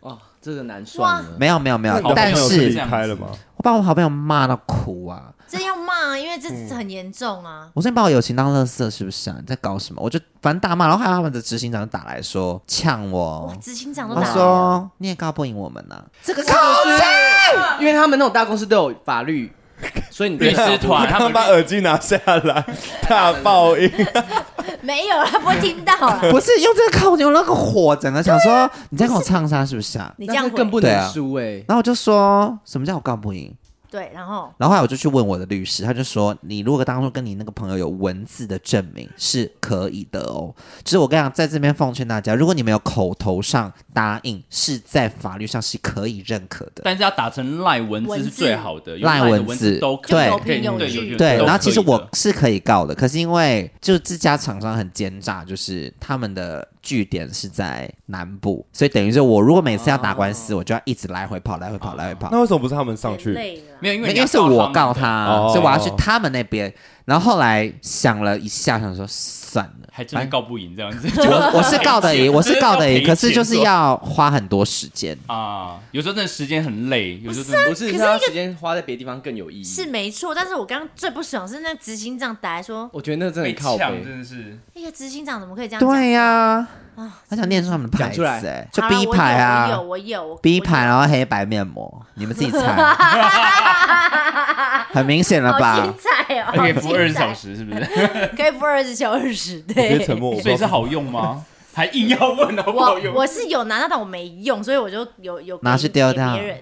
Speaker 8: 哦，这个难算了。
Speaker 5: 没有没有没有
Speaker 1: 知道，
Speaker 5: 但
Speaker 1: 那你的好朋友
Speaker 5: 是
Speaker 1: 离开了吗？
Speaker 5: 我把我好朋友骂到哭啊，
Speaker 4: 这要骂，因为这很严重啊。
Speaker 5: 我说你把我友情当垃圾是不是啊？你在搞什么？我就反正大骂，然后还有他们的执行长就打来说呛
Speaker 4: 哇
Speaker 5: 我，，
Speaker 4: 执行长都
Speaker 5: 哦
Speaker 4: 打了，
Speaker 5: 他说你也告不赢我们呐、啊这个
Speaker 8: 因为他们那种大公司都有法 律，所以你
Speaker 3: 律师
Speaker 1: 我
Speaker 3: 团
Speaker 1: 刚
Speaker 3: 他
Speaker 1: 刚
Speaker 3: 们
Speaker 1: 把耳机拿下来，大爆音。
Speaker 4: 没有，他不会听到啊。
Speaker 5: 不是用这个靠牛那个火，整个想说你在跟我唱杀是不是啊？
Speaker 4: 你这
Speaker 8: 那
Speaker 4: 样
Speaker 8: 是
Speaker 4: 回
Speaker 8: 更不
Speaker 5: 对
Speaker 8: 能
Speaker 5: 啊
Speaker 8: 输哎。
Speaker 5: 然后我就说什么叫我告不赢？
Speaker 4: 对，然后
Speaker 5: 然后后来我就去问我的律师，他就说，你如果当初跟你那个朋友有文字的证明是可以的哦。就是我跟你讲，在这边奉劝大家，如果你们有口头上答应，是在法律上是可以认可的。
Speaker 3: 但是要打成赖文字是最好的，有
Speaker 5: 赖
Speaker 3: 的
Speaker 5: 文
Speaker 3: 文
Speaker 5: 字
Speaker 3: 都可以
Speaker 5: 对
Speaker 3: 可以
Speaker 4: 有凭有
Speaker 3: 对
Speaker 4: 据
Speaker 3: 有
Speaker 5: 对，
Speaker 3: 都
Speaker 5: 然后其实
Speaker 3: 可以的
Speaker 5: 我是可以告的，可是因为就这家厂商很奸诈，就是他们的据点是在南部，所以等于说我如果每次要打官
Speaker 3: 哦
Speaker 5: 司，我就要一直来回跑，来回跑，来回跑。
Speaker 1: 那为什么不是他们上
Speaker 4: 很
Speaker 1: 去？
Speaker 4: 累了。
Speaker 3: 没有，哦因为
Speaker 5: 因
Speaker 3: 你要
Speaker 5: 为是我
Speaker 3: 他
Speaker 5: 告
Speaker 3: 们的，
Speaker 5: 他，
Speaker 1: 哦
Speaker 5: 所以我要去他们那边。然后后来想了一下，想说算 了，
Speaker 3: 还真的告不赢这样子。
Speaker 5: 我我是告的 赢，我是告的赢，
Speaker 3: 赔钱
Speaker 5: 可是就是要花很多时间。
Speaker 3: 啊，有时候真的时间很累，有时候真
Speaker 4: 啊
Speaker 3: 的
Speaker 8: 不是，他时间花在别的地方更有意义。
Speaker 4: 是，没错，但是我刚刚最不爽是那执行长打来说
Speaker 8: 我觉得那个真的
Speaker 3: 被
Speaker 8: 很靠
Speaker 3: 呛，
Speaker 8: 背。
Speaker 3: 真的是。
Speaker 4: 哎呀，执行长怎么可以这样讲？
Speaker 5: 对呀
Speaker 4: 啊，
Speaker 5: 他想念出他们的牌
Speaker 8: 讲出
Speaker 5: 子，
Speaker 8: 来
Speaker 5: 哎就
Speaker 4: 好啦
Speaker 5: B 牌
Speaker 4: 我有
Speaker 5: 啊
Speaker 4: 我有我有
Speaker 5: ，B 牌，然后黑白面膜，你们自 己猜，很明显了
Speaker 4: 我
Speaker 5: 吧？
Speaker 4: 好精彩哦，
Speaker 3: 那可以服
Speaker 4: 好精彩
Speaker 3: 二十小，时，是不是？
Speaker 4: 可以服二十小时，
Speaker 1: 直
Speaker 4: 对
Speaker 1: 接。沉默。我不知
Speaker 3: 所
Speaker 1: 道
Speaker 3: 以是好用吗？还硬要问好不好
Speaker 4: 我
Speaker 3: 用？
Speaker 4: 我是有拿到，但我没用，所以我就有有
Speaker 5: 拿去
Speaker 4: 给
Speaker 5: 丢掉
Speaker 4: 给别人。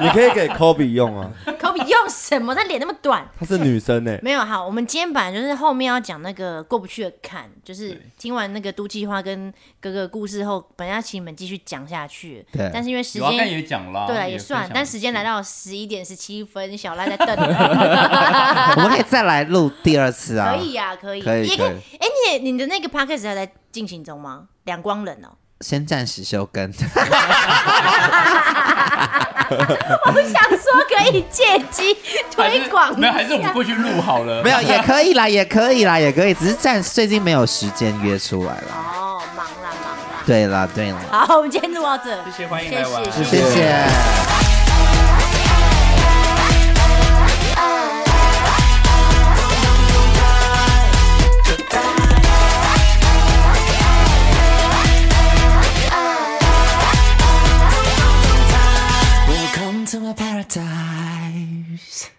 Speaker 1: 你可以给 Kobe 用啊，
Speaker 4: 科比用什么？他脸那么短，
Speaker 1: 她是女生欸呢。
Speaker 4: 没有好，我们今天本来就是后面要讲那个过不去的坎，就是听完那个都计划跟哥哥的故事后，本来要请你们继续讲下去，
Speaker 5: 对
Speaker 4: 但是因为时
Speaker 3: 有啊，刚才
Speaker 4: 间。
Speaker 3: 也讲啦，
Speaker 4: 对啊，也
Speaker 3: 也
Speaker 4: 算
Speaker 3: 分，享
Speaker 4: 但时间来到十一点十七分，小赖在等我，
Speaker 5: 我们可以再来录第二次啊。
Speaker 4: 可以呀、啊，可以，
Speaker 5: 可以
Speaker 4: 也
Speaker 5: 可
Speaker 4: 可
Speaker 5: 以
Speaker 4: 以。哎、你你的那个 podcast 还在进行中吗？两光人哦，
Speaker 5: 先暂时休更。
Speaker 4: 我想说可以借机
Speaker 3: 还是
Speaker 4: 推广一
Speaker 3: 没有，还是我们
Speaker 4: 下。
Speaker 3: 过去录好了。
Speaker 5: 没有，也可以啦，也可以啦，也可以，只是暂最近没有时间约出来了。
Speaker 4: 哦，忙啦忙啦。
Speaker 5: 对啦，对啦，
Speaker 4: 好，我们今天录到这，
Speaker 3: 谢谢欢迎来玩
Speaker 4: 谢
Speaker 5: 谢谢。
Speaker 10: Welcome to my paradise.